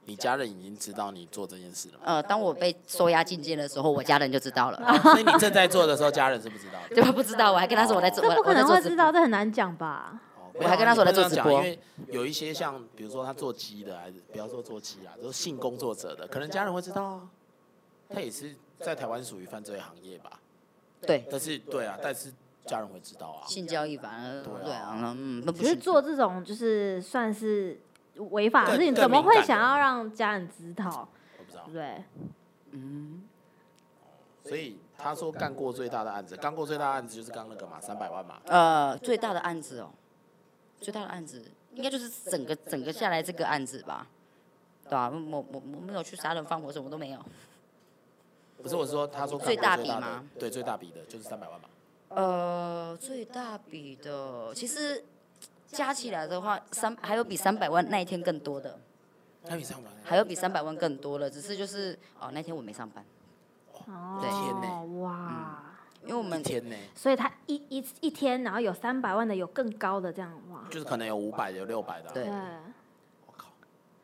[SPEAKER 1] 你家人已经知道你做这件事了吗？
[SPEAKER 3] [laughs] 呃，当我被收押进监的时候，我家人就知道
[SPEAKER 2] [laughs]
[SPEAKER 3] 了。
[SPEAKER 1] 所以你正在做的时候，家人是不知道的。
[SPEAKER 3] 对吧？不知道，我还跟他说我在做，
[SPEAKER 2] 这不
[SPEAKER 3] 我
[SPEAKER 2] 可
[SPEAKER 3] 我在
[SPEAKER 2] 能
[SPEAKER 3] 做
[SPEAKER 2] 会
[SPEAKER 3] 直
[SPEAKER 2] 知
[SPEAKER 3] 播。
[SPEAKER 2] 道，这很难讲吧？
[SPEAKER 1] 哦
[SPEAKER 3] 我还跟他说我在做直播
[SPEAKER 1] 不要你不能这样讲因为有一些像，比如说他做鸡的，还是不要说做鸡啦，就是性工作者的，可能家人会知道啊。他也是在台湾属于犯罪行业吧？
[SPEAKER 3] 对，
[SPEAKER 1] 但是对啊，但是家人会知道啊。
[SPEAKER 3] 性交易反而
[SPEAKER 1] 对啊
[SPEAKER 3] 对啊，嗯，那不
[SPEAKER 2] 可是
[SPEAKER 3] 行。
[SPEAKER 2] 做这种就是算是违法的事
[SPEAKER 1] 更
[SPEAKER 2] 情，
[SPEAKER 1] 更
[SPEAKER 2] 怎么
[SPEAKER 1] 敏
[SPEAKER 2] 会
[SPEAKER 1] 感
[SPEAKER 2] 想
[SPEAKER 1] 的
[SPEAKER 2] 要让家人知道？
[SPEAKER 1] 我不知
[SPEAKER 2] 对
[SPEAKER 1] 道
[SPEAKER 2] 不，对？
[SPEAKER 1] 所以他说干过最大的案子，干过最大的案子就是刚那个嘛，三百万嘛。
[SPEAKER 3] 呃，最大的案子哦，最大的案子应该就是整个整个下来这个案子吧，对吧、啊？我我我我没有去杀人放火，什么都没有。
[SPEAKER 1] 不是我说，他说干过
[SPEAKER 3] 最大
[SPEAKER 1] 最
[SPEAKER 3] 笔
[SPEAKER 1] 大的
[SPEAKER 3] 吗，
[SPEAKER 1] 对，最大笔的就是三百万嘛。
[SPEAKER 3] 呃，最大笔的其实加起来的话，三还有比三百万那一天更多的，
[SPEAKER 1] 那你上班
[SPEAKER 3] 还有比三百万更多了，只是就是哦那天我没上班，对
[SPEAKER 1] 天
[SPEAKER 2] 哦，哇！
[SPEAKER 3] 因为我们
[SPEAKER 1] 一天呢，
[SPEAKER 2] 所以他一一一天，然后有三百万的，有更高的这样哇。
[SPEAKER 1] 就是可能有五百的，有六百的啊。
[SPEAKER 3] 对
[SPEAKER 1] 我靠，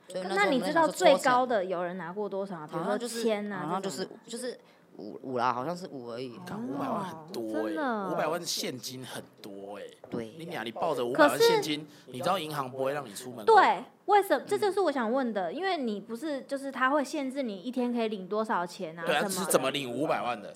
[SPEAKER 3] 所以时候
[SPEAKER 2] 那
[SPEAKER 3] 我
[SPEAKER 2] 你
[SPEAKER 3] 们
[SPEAKER 2] 知
[SPEAKER 3] 想
[SPEAKER 2] 道
[SPEAKER 3] 说
[SPEAKER 2] 最
[SPEAKER 3] 抽成
[SPEAKER 2] 高的有人拿过多少啊？比如
[SPEAKER 3] 好像
[SPEAKER 2] 说
[SPEAKER 3] 就是
[SPEAKER 2] 千啊，
[SPEAKER 3] 好像就是
[SPEAKER 2] 这种哦
[SPEAKER 3] 就是五五啦，好像是五而已。
[SPEAKER 1] 干五百万很多
[SPEAKER 2] 真
[SPEAKER 1] 哎，
[SPEAKER 2] 的
[SPEAKER 1] 五百万现金很多哎。你
[SPEAKER 3] 对，
[SPEAKER 1] 俩你抱着五百万
[SPEAKER 2] 可是
[SPEAKER 1] 现金，你知道银行不会让你出门。
[SPEAKER 2] 的。对，为什
[SPEAKER 3] 嗯
[SPEAKER 2] 么？这就是我想问的，因为你不是就是他会限制你一天可以领多少钱啊？
[SPEAKER 1] 对啊，这
[SPEAKER 2] 什么
[SPEAKER 1] 是
[SPEAKER 2] 的
[SPEAKER 1] 怎么领五百万的？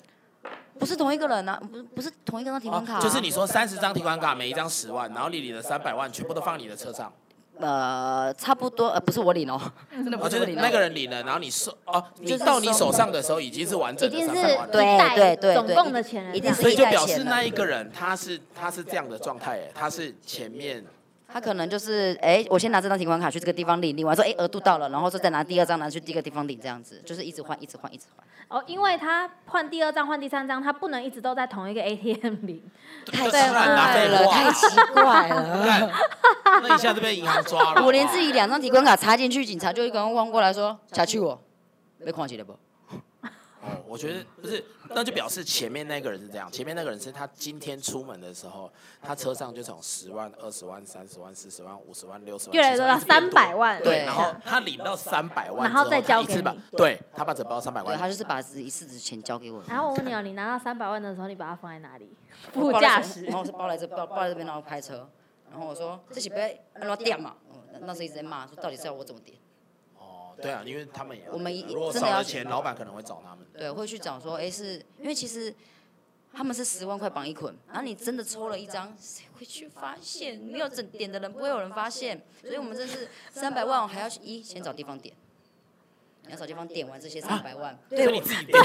[SPEAKER 3] 不是同一个人啊，不是不是同一个人提款卡啊、
[SPEAKER 1] 哦就是你说三十张提款卡，每一张十万，然后你领的三百万全部都放你的车上，
[SPEAKER 3] 呃，差不多呃，不是我领哦，真的
[SPEAKER 1] 哦，
[SPEAKER 3] 不
[SPEAKER 1] 就是
[SPEAKER 3] 我
[SPEAKER 1] 是
[SPEAKER 3] 领哦
[SPEAKER 1] 那个人领了，然后你收哦，你
[SPEAKER 3] 就是
[SPEAKER 1] 到你
[SPEAKER 3] 收
[SPEAKER 1] 手上的时候已经是完
[SPEAKER 2] 已
[SPEAKER 1] 整的
[SPEAKER 2] 经
[SPEAKER 1] 三
[SPEAKER 2] 是
[SPEAKER 1] 百万了，
[SPEAKER 3] 对
[SPEAKER 2] 一袋
[SPEAKER 3] 对对
[SPEAKER 2] 总
[SPEAKER 3] 对
[SPEAKER 2] 共的钱了，
[SPEAKER 3] 一定
[SPEAKER 2] 这
[SPEAKER 1] 所
[SPEAKER 2] 样
[SPEAKER 1] 以就
[SPEAKER 3] 一袋
[SPEAKER 1] 表
[SPEAKER 3] 钱
[SPEAKER 1] 示
[SPEAKER 3] 了
[SPEAKER 1] 那一个人他是他是这样的状态，哎，他是前面
[SPEAKER 3] 他可能就是，哎，我先拿这张提款卡去这个地方领，领完说，哎，额度到了，然后说再拿第二张拿去第一个地方领，这样子，就是一直换，一直换，一直换。
[SPEAKER 2] 哦，因为他换第二张换第三张，他不能一直都在同一个 ATM 领。
[SPEAKER 1] 太
[SPEAKER 2] 对
[SPEAKER 1] 然啦，废
[SPEAKER 2] 对
[SPEAKER 3] 了，
[SPEAKER 1] 话
[SPEAKER 3] 太
[SPEAKER 1] 啊，
[SPEAKER 3] 奇怪了。
[SPEAKER 1] 干那一下就被银行抓了，
[SPEAKER 3] [laughs] 我连自己两张提款卡插进去，警察就一个人望过来说：“下去我，被框起来不
[SPEAKER 1] 哦，我
[SPEAKER 2] 嗯
[SPEAKER 1] 觉得不是，那就表示前面那个人是这样，前面那个人是他今天出门的时候，他车上就从十万、二十万、三十万、四十万、五十万、六十万，
[SPEAKER 2] 越来越多到
[SPEAKER 1] 70万
[SPEAKER 2] 300万
[SPEAKER 1] 对，
[SPEAKER 3] 对
[SPEAKER 1] 然后他领到三百万之，
[SPEAKER 2] 然后再
[SPEAKER 1] 他
[SPEAKER 2] 交
[SPEAKER 1] 一次
[SPEAKER 2] 给
[SPEAKER 1] 把
[SPEAKER 2] 你，
[SPEAKER 1] 对他把整包三百？”
[SPEAKER 3] 对，他
[SPEAKER 1] 万，
[SPEAKER 3] 就是把一次子钱交给我。
[SPEAKER 2] 然后我问你哦，你拿到三百万的时候，你把它放在
[SPEAKER 3] [laughs]
[SPEAKER 2] 哪里？
[SPEAKER 3] 我
[SPEAKER 2] 副
[SPEAKER 3] 包在
[SPEAKER 2] 驾
[SPEAKER 3] 手
[SPEAKER 2] 驶
[SPEAKER 3] 然。后我是包来这包包来这边，然后开车。然后我说：“这是被按照点嘛。”嗯那那时候一直在骂，说到底是要我怎么点？
[SPEAKER 1] 哦，对啊，因为他们也要
[SPEAKER 3] 我们一
[SPEAKER 1] 如果
[SPEAKER 3] 真
[SPEAKER 1] 少
[SPEAKER 3] 的要
[SPEAKER 1] 了钱，老板可能会找他们。
[SPEAKER 3] 对，会去找说，哎，是因为其实他们是十万块绑一捆，然后你真的抽了一张，谁会去发现？没有整点的人，不会有人发现。所以我们这是三百万，我还要去一先找地方点，你要找地方点完这些三百万，
[SPEAKER 1] 对，你自己点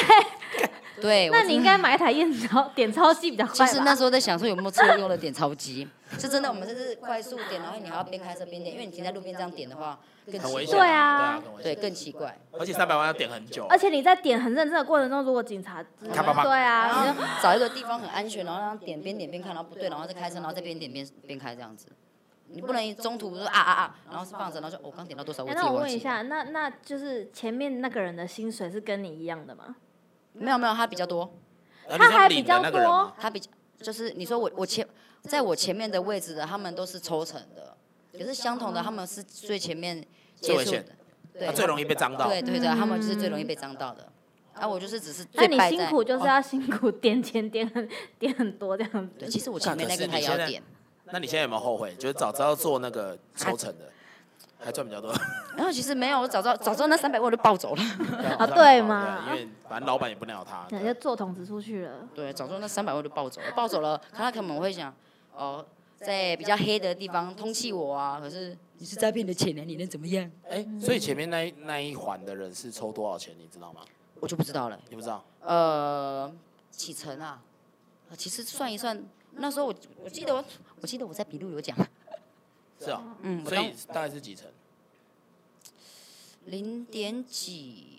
[SPEAKER 3] 对，
[SPEAKER 2] 啊那
[SPEAKER 3] 我
[SPEAKER 2] 你应该买一台验钞点钞机比较
[SPEAKER 3] 其
[SPEAKER 2] 快
[SPEAKER 3] 实
[SPEAKER 2] 吧？
[SPEAKER 3] 那时候在想说有没有错用了点超级，是真的，我们这是快速点，然后你还要边开车边点，因为你停在路边这样点的话更
[SPEAKER 1] 很危
[SPEAKER 3] 奇
[SPEAKER 1] 险，
[SPEAKER 2] 对
[SPEAKER 3] 怪，
[SPEAKER 1] 对
[SPEAKER 2] 啊
[SPEAKER 1] 啊，很危
[SPEAKER 3] 对，
[SPEAKER 1] 险，
[SPEAKER 3] 更奇怪。
[SPEAKER 1] 而且三百万要点很久
[SPEAKER 2] 而，且你在点很认真的过程中，如果警察知
[SPEAKER 1] 他帮忙
[SPEAKER 2] 对
[SPEAKER 3] 然
[SPEAKER 2] 啊，你就
[SPEAKER 3] 后找一个地方很安全，然后让它点边点边看，然后不对，然后再开车，然后再边点边边开这样子。你不能中途说啊啊啊，然后是放着，然后就哦、我刚点到多少，我
[SPEAKER 2] 哎
[SPEAKER 3] 自己
[SPEAKER 2] 那我
[SPEAKER 3] 忘
[SPEAKER 2] 问一
[SPEAKER 3] 记了。
[SPEAKER 2] 下，那那就是前面那个人的薪水是跟你一样的吗？
[SPEAKER 3] 没有没有，他比较多，
[SPEAKER 1] 然后
[SPEAKER 2] 他
[SPEAKER 1] 你
[SPEAKER 2] 还
[SPEAKER 1] 是
[SPEAKER 2] 比
[SPEAKER 1] 领的
[SPEAKER 2] 较
[SPEAKER 1] 那个人吗
[SPEAKER 2] 多？，
[SPEAKER 3] 他比较就是你说我我前在我前面的位置的，他们都是抽成的，可是相同的他们是最前面
[SPEAKER 1] 最
[SPEAKER 3] 接
[SPEAKER 1] 危
[SPEAKER 3] 触
[SPEAKER 1] 险
[SPEAKER 3] 的，
[SPEAKER 1] 他
[SPEAKER 3] 对，
[SPEAKER 1] 最容易被脏到。
[SPEAKER 3] 对对对，他们就是最容易被脏到的。啊，我就是只是
[SPEAKER 2] 嗯那
[SPEAKER 3] 最
[SPEAKER 2] 你
[SPEAKER 3] 败
[SPEAKER 2] 辛
[SPEAKER 3] 在哦
[SPEAKER 2] 苦就是要辛苦点钱点很点很多这样
[SPEAKER 3] 对，
[SPEAKER 2] 子。
[SPEAKER 3] 其实我前面那个他也
[SPEAKER 1] 可
[SPEAKER 3] 要
[SPEAKER 1] 是你
[SPEAKER 3] 点，
[SPEAKER 1] 那你现在有没有后悔？就是早知道做那个抽成的，还赚比较多。
[SPEAKER 3] 然后其实没有，我早知道早知道那三百万我就抱走了。
[SPEAKER 1] 啊
[SPEAKER 2] 对嘛
[SPEAKER 1] 因为反正老板也不鸟他。
[SPEAKER 2] 等
[SPEAKER 1] 对
[SPEAKER 2] 就做筒子出去了，
[SPEAKER 3] 对，早知道那三百万就抱走了，抱走了，他可能会想，哦，在比较黑的地方通气我啊，可是你是诈骗的钱呢，啊你能怎么样？
[SPEAKER 1] 哎，所以前面那一那一环的人是抽多少钱，你知道吗？
[SPEAKER 3] 我就不知道了。
[SPEAKER 1] 你不知道？
[SPEAKER 3] 呃，启程啊，呃其实算一算，那时候我我记得我我记得我在笔录有讲，啊
[SPEAKER 1] 是啊，
[SPEAKER 3] 嗯，我
[SPEAKER 1] 所
[SPEAKER 3] 当
[SPEAKER 1] 以大概是几成？
[SPEAKER 3] 零点几。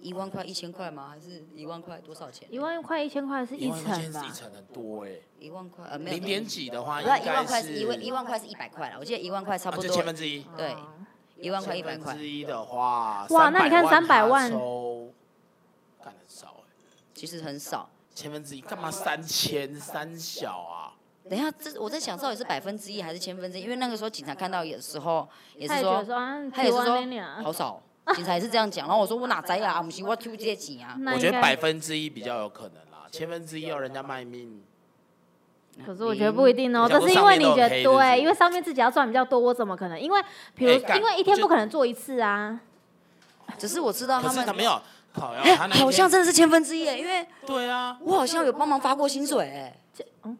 [SPEAKER 3] 一万块、一千块吗？还是一万块多少钱？
[SPEAKER 2] 一万块一千块是一
[SPEAKER 1] 因为那间
[SPEAKER 2] 层
[SPEAKER 1] 是
[SPEAKER 2] 吧
[SPEAKER 1] 一？层很多哎，
[SPEAKER 3] 一万块呃，没有
[SPEAKER 1] 零点，几的话应
[SPEAKER 3] 不是一万
[SPEAKER 1] 该
[SPEAKER 3] 块
[SPEAKER 1] 是
[SPEAKER 3] 是一万一万块是一百块了。我记得一万块差
[SPEAKER 1] 啊，
[SPEAKER 3] 不
[SPEAKER 1] 就
[SPEAKER 3] 多
[SPEAKER 1] 千，分之一，
[SPEAKER 3] 对，
[SPEAKER 2] 嗯
[SPEAKER 3] 一万块一
[SPEAKER 1] 千
[SPEAKER 3] 百块
[SPEAKER 1] 分。之一的话，
[SPEAKER 2] 哇那你看
[SPEAKER 1] 300
[SPEAKER 2] 300万
[SPEAKER 1] 他抽，干很少哎，
[SPEAKER 3] 其实很少。
[SPEAKER 1] 千分之一干嘛三千三小啊？
[SPEAKER 3] 等一下，这我在想到底是百分之一还是千分之一，因为那个时候警察看到有时候也
[SPEAKER 2] 他
[SPEAKER 3] 是
[SPEAKER 2] 也觉
[SPEAKER 3] 说
[SPEAKER 2] 得，说啊，
[SPEAKER 3] 他也是
[SPEAKER 2] 几万呢
[SPEAKER 3] 说好少，警察也是这样讲。然后我说我哪知啊，不是我抽这些钱啊。
[SPEAKER 2] 那
[SPEAKER 1] 我
[SPEAKER 2] 应
[SPEAKER 1] 觉得
[SPEAKER 2] 该
[SPEAKER 1] 百分之一比较有可能啦，千分之一要人家卖命。
[SPEAKER 2] 可是我觉得不一定哦，
[SPEAKER 1] 你想
[SPEAKER 2] 这
[SPEAKER 1] 说
[SPEAKER 2] 是因为你
[SPEAKER 1] 上面都
[SPEAKER 2] 觉得
[SPEAKER 1] 很黑是不是
[SPEAKER 2] 对，因为上面自己要赚比较多，我怎么可能？因为比如
[SPEAKER 1] 哎干
[SPEAKER 2] 因为一天
[SPEAKER 1] 就
[SPEAKER 2] 不可能做一次啊，
[SPEAKER 3] 只是我知道
[SPEAKER 1] 可
[SPEAKER 3] 哦他
[SPEAKER 1] 是他
[SPEAKER 3] 们
[SPEAKER 1] 没有，靠呀，
[SPEAKER 3] 哎、
[SPEAKER 1] 他那一天
[SPEAKER 3] 好像真的是千分之一耶，因为
[SPEAKER 1] 对啊，
[SPEAKER 3] 我好像有帮忙发过薪水哎。
[SPEAKER 2] 这嗯，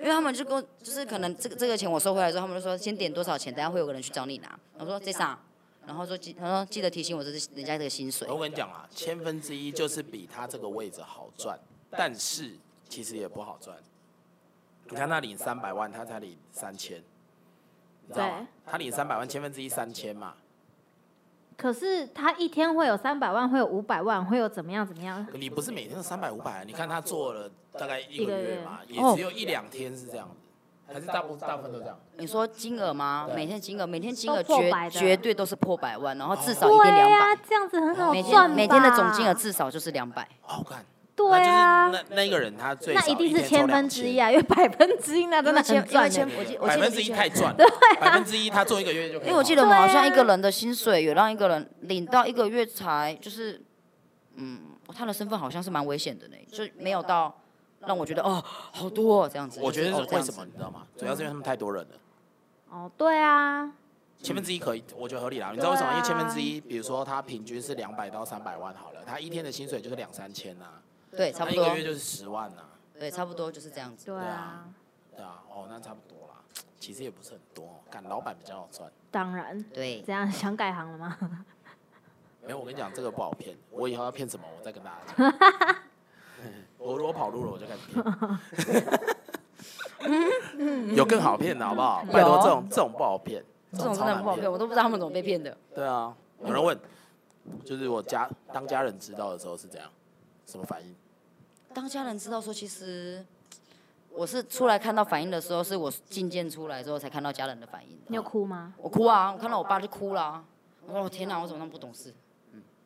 [SPEAKER 3] 因为他们就跟我就是可能这个这个钱我收回来之后，他们就说先点多少钱，等下会有个人去找你拿。我说这啥？然后说记，他说记得提醒我这是人家这个薪水。
[SPEAKER 1] 我跟你讲啊，千分之一就是比他这个位置好赚，但是其实也不好赚。你看他领三百万，他才领三千，你知道吗？他领三百万，千分之一三千嘛。
[SPEAKER 2] 可是他一天会有三百万，会有五百万，会有怎么样怎么样？
[SPEAKER 1] 你不是每天都三百五百？啊你看他做了大概一
[SPEAKER 2] 一
[SPEAKER 1] 个
[SPEAKER 2] 个
[SPEAKER 1] 月
[SPEAKER 2] 月
[SPEAKER 1] 嘛，也
[SPEAKER 3] 哦
[SPEAKER 1] 只有一两天是这样子，还是大部大部分都这样。
[SPEAKER 3] 你说金额吗？
[SPEAKER 1] 对
[SPEAKER 3] 每天金额，每天金额
[SPEAKER 2] 都破
[SPEAKER 3] 绝
[SPEAKER 2] 百的
[SPEAKER 3] 绝对都是破百万，然后至少一定
[SPEAKER 2] 对
[SPEAKER 3] 两
[SPEAKER 2] 呀、
[SPEAKER 3] 百、
[SPEAKER 2] 这样子很好
[SPEAKER 3] 每
[SPEAKER 2] 赚
[SPEAKER 3] 天
[SPEAKER 2] 吧
[SPEAKER 3] 每天的总金额至少就是两百。
[SPEAKER 1] 好看，
[SPEAKER 2] 对啊
[SPEAKER 1] 哦那，就是那那一个人他最
[SPEAKER 2] 那
[SPEAKER 1] 少
[SPEAKER 2] 一定是
[SPEAKER 1] 天抽
[SPEAKER 2] 千分之一啊，因为百分之一那真的
[SPEAKER 3] 因为千
[SPEAKER 2] 很赚
[SPEAKER 3] 因为
[SPEAKER 2] 钱
[SPEAKER 3] 千。我记我
[SPEAKER 1] 2000，百
[SPEAKER 3] 记得
[SPEAKER 1] 分之
[SPEAKER 3] 之
[SPEAKER 1] 一
[SPEAKER 3] 前
[SPEAKER 1] 太赚了，百分之一他做一个月就可以。
[SPEAKER 3] 啊因为我记得我好像一个人的薪水有让一个人领到一个月才就是，嗯，他的身份好像是蛮危险的呢，就没有到让我觉得哦好多、哦、这样子。
[SPEAKER 1] 我觉得
[SPEAKER 3] 就是哦
[SPEAKER 1] 是
[SPEAKER 3] 这
[SPEAKER 1] 为
[SPEAKER 3] 样
[SPEAKER 1] 什
[SPEAKER 3] 子
[SPEAKER 1] 么你知道吗？主要是因为他们太多人了。
[SPEAKER 2] 哦，对啊，
[SPEAKER 1] 千分之一可以，我觉得合理啦。你知道为什么？
[SPEAKER 2] 对啊
[SPEAKER 1] 因为千分之一，比如说他平均是两百到三百万好了，他一天的薪水就是两三千呐、
[SPEAKER 3] 对，差
[SPEAKER 1] 他
[SPEAKER 3] 不
[SPEAKER 1] 一个
[SPEAKER 3] 多
[SPEAKER 1] 月，就是十万呐、
[SPEAKER 3] 对，差不多就是这样子。
[SPEAKER 2] 对
[SPEAKER 1] 对
[SPEAKER 2] 啊
[SPEAKER 1] 啊，对啊，哦，那差不多啦。其实也不是很多、哦，干老板比较好赚。
[SPEAKER 2] 当然，
[SPEAKER 3] 对，
[SPEAKER 2] 怎样想改行了吗？
[SPEAKER 1] 没有，我跟你讲，这个不好骗。我以后要骗什么，我再跟大家讲。
[SPEAKER 3] [laughs]
[SPEAKER 1] 我如果跑路了，我就开始
[SPEAKER 3] [laughs]
[SPEAKER 1] 骗。有更好骗的好不好？拜托，
[SPEAKER 3] 嗯有
[SPEAKER 1] 这种这种不好骗，这
[SPEAKER 3] 这种真的很不好骗，我都不知道他们怎么被骗的。
[SPEAKER 1] 对啊，有人问，就是我家当家人知道的时候是怎样，什么反应？
[SPEAKER 3] 当家人知道说，其实我是出来看到反应的时候，是我觐见出来之后才看到家人的反应
[SPEAKER 2] 你有
[SPEAKER 3] 的。
[SPEAKER 2] 哭吗？
[SPEAKER 3] 我哭啊，我看到我爸就哭了、啊。我说天哪，我怎么那么不懂事？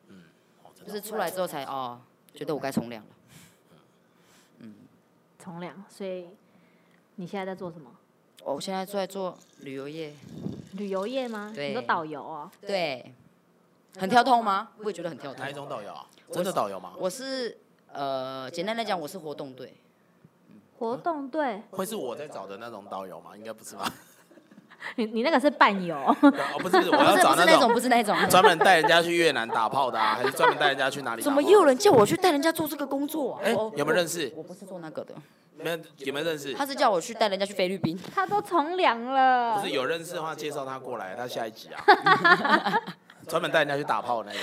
[SPEAKER 3] 嗯
[SPEAKER 1] 哦真
[SPEAKER 3] 就
[SPEAKER 1] 的
[SPEAKER 3] 是出来之后才哦，觉得我该从良了。
[SPEAKER 2] 从良，所以你现在在做什么？
[SPEAKER 3] 哦我现在在做旅游业，
[SPEAKER 2] 旅游业吗？
[SPEAKER 3] 对
[SPEAKER 2] 你说导游哦，
[SPEAKER 3] 对，很跳痛吗？我也觉得很跳痛
[SPEAKER 1] 台。中导游啊，真的导游吗？
[SPEAKER 3] 我是呃，简单来讲，我是活动队。
[SPEAKER 2] 活动队，
[SPEAKER 1] 会是我在找的那种导游吗？应该不是吧？
[SPEAKER 2] 你你那个是伴游，
[SPEAKER 1] 哦，不是不是，我
[SPEAKER 3] 不
[SPEAKER 1] 要
[SPEAKER 3] 是
[SPEAKER 1] 找
[SPEAKER 3] 不是那
[SPEAKER 1] 种
[SPEAKER 3] 不是那种。
[SPEAKER 1] 专门带人家去越南打炮的、啊，还是专门带人家去哪里？
[SPEAKER 3] 怎么又有？人叫我去带人家做这个工作啊？
[SPEAKER 1] 哎
[SPEAKER 3] 我
[SPEAKER 1] 有没有认识
[SPEAKER 3] 我我不是做那个的，
[SPEAKER 1] 没有有没有认识？
[SPEAKER 3] 他是叫我去带人家去菲律宾。
[SPEAKER 2] [laughs] 他都从良
[SPEAKER 1] 不
[SPEAKER 2] 了
[SPEAKER 1] 是。有认识的话，介绍他过来，他下一
[SPEAKER 3] [laughs]
[SPEAKER 1] 集啊，专门带人家去打炮的那种。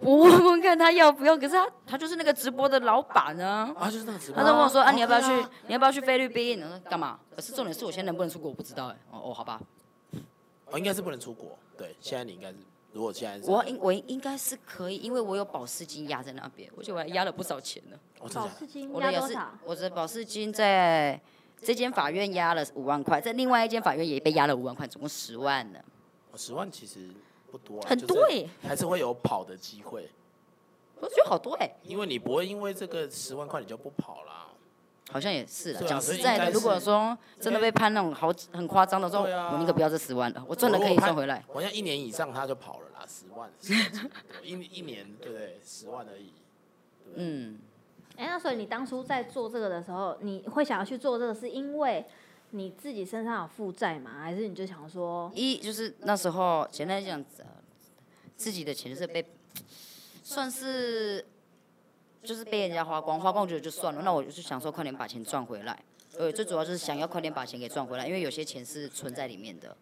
[SPEAKER 3] 我问问看他要不要，可是他他就是那个直播的老板啊。
[SPEAKER 1] 啊，就是那个直播
[SPEAKER 3] 他
[SPEAKER 1] 啊。
[SPEAKER 3] 就问我说：“啊，你要不要去
[SPEAKER 1] OK 啊？
[SPEAKER 3] 你要不要去菲律宾？”我说：“干嘛？”可是重点是我现在能不能出国，我不知道哎、哦哦，好吧，
[SPEAKER 1] 哦，应该是不能出国。对，现在你应该是，如果现在是
[SPEAKER 3] 我应我应该是可以，因为我有保释金压在那边，我觉得我还压了不少钱呢。
[SPEAKER 1] 我真
[SPEAKER 2] 保
[SPEAKER 1] 的假的
[SPEAKER 2] 释金
[SPEAKER 3] 我
[SPEAKER 2] 压
[SPEAKER 3] 的也
[SPEAKER 2] 多
[SPEAKER 3] 是
[SPEAKER 2] 少？，
[SPEAKER 3] 我的保释金在这间法院压了五万块，在另外一间法院也被压了五万块，总共十万呢。
[SPEAKER 1] 哦十万其实不多、啊，
[SPEAKER 3] 很
[SPEAKER 1] 就是
[SPEAKER 3] 多欸
[SPEAKER 1] 还是会有跑的机会，
[SPEAKER 3] 我觉得好多哎、
[SPEAKER 1] 因为你不会因为这个十万块你就不跑啦。
[SPEAKER 3] 好像也是啦。
[SPEAKER 1] 对啊
[SPEAKER 3] 讲
[SPEAKER 1] 所以
[SPEAKER 3] 实
[SPEAKER 1] 应
[SPEAKER 3] 在
[SPEAKER 1] 该
[SPEAKER 3] 的，
[SPEAKER 1] 是
[SPEAKER 3] 如果说真的被判那种好很夸张的时候，
[SPEAKER 1] 对啊哦
[SPEAKER 3] 我宁可不要这十万了，我赚的可以赚回来。
[SPEAKER 1] 我好像一年以上他就跑了啦，十万，十万差不多一一 [laughs] 年对不对？十万而已。
[SPEAKER 3] 嗯，
[SPEAKER 2] 哎、那所以你当初在做这个的时候，你会想要去做这个，是因为你自己身上有负债吗？还是你就想说，
[SPEAKER 3] 一就是那时候简单来讲，呃自己的钱就是被算是就是被人家花光，花光我觉得就算了，那我就想说快点把钱赚回来。呃，最主要就是想要快点把钱给赚回来，因为有些钱是存在里面的，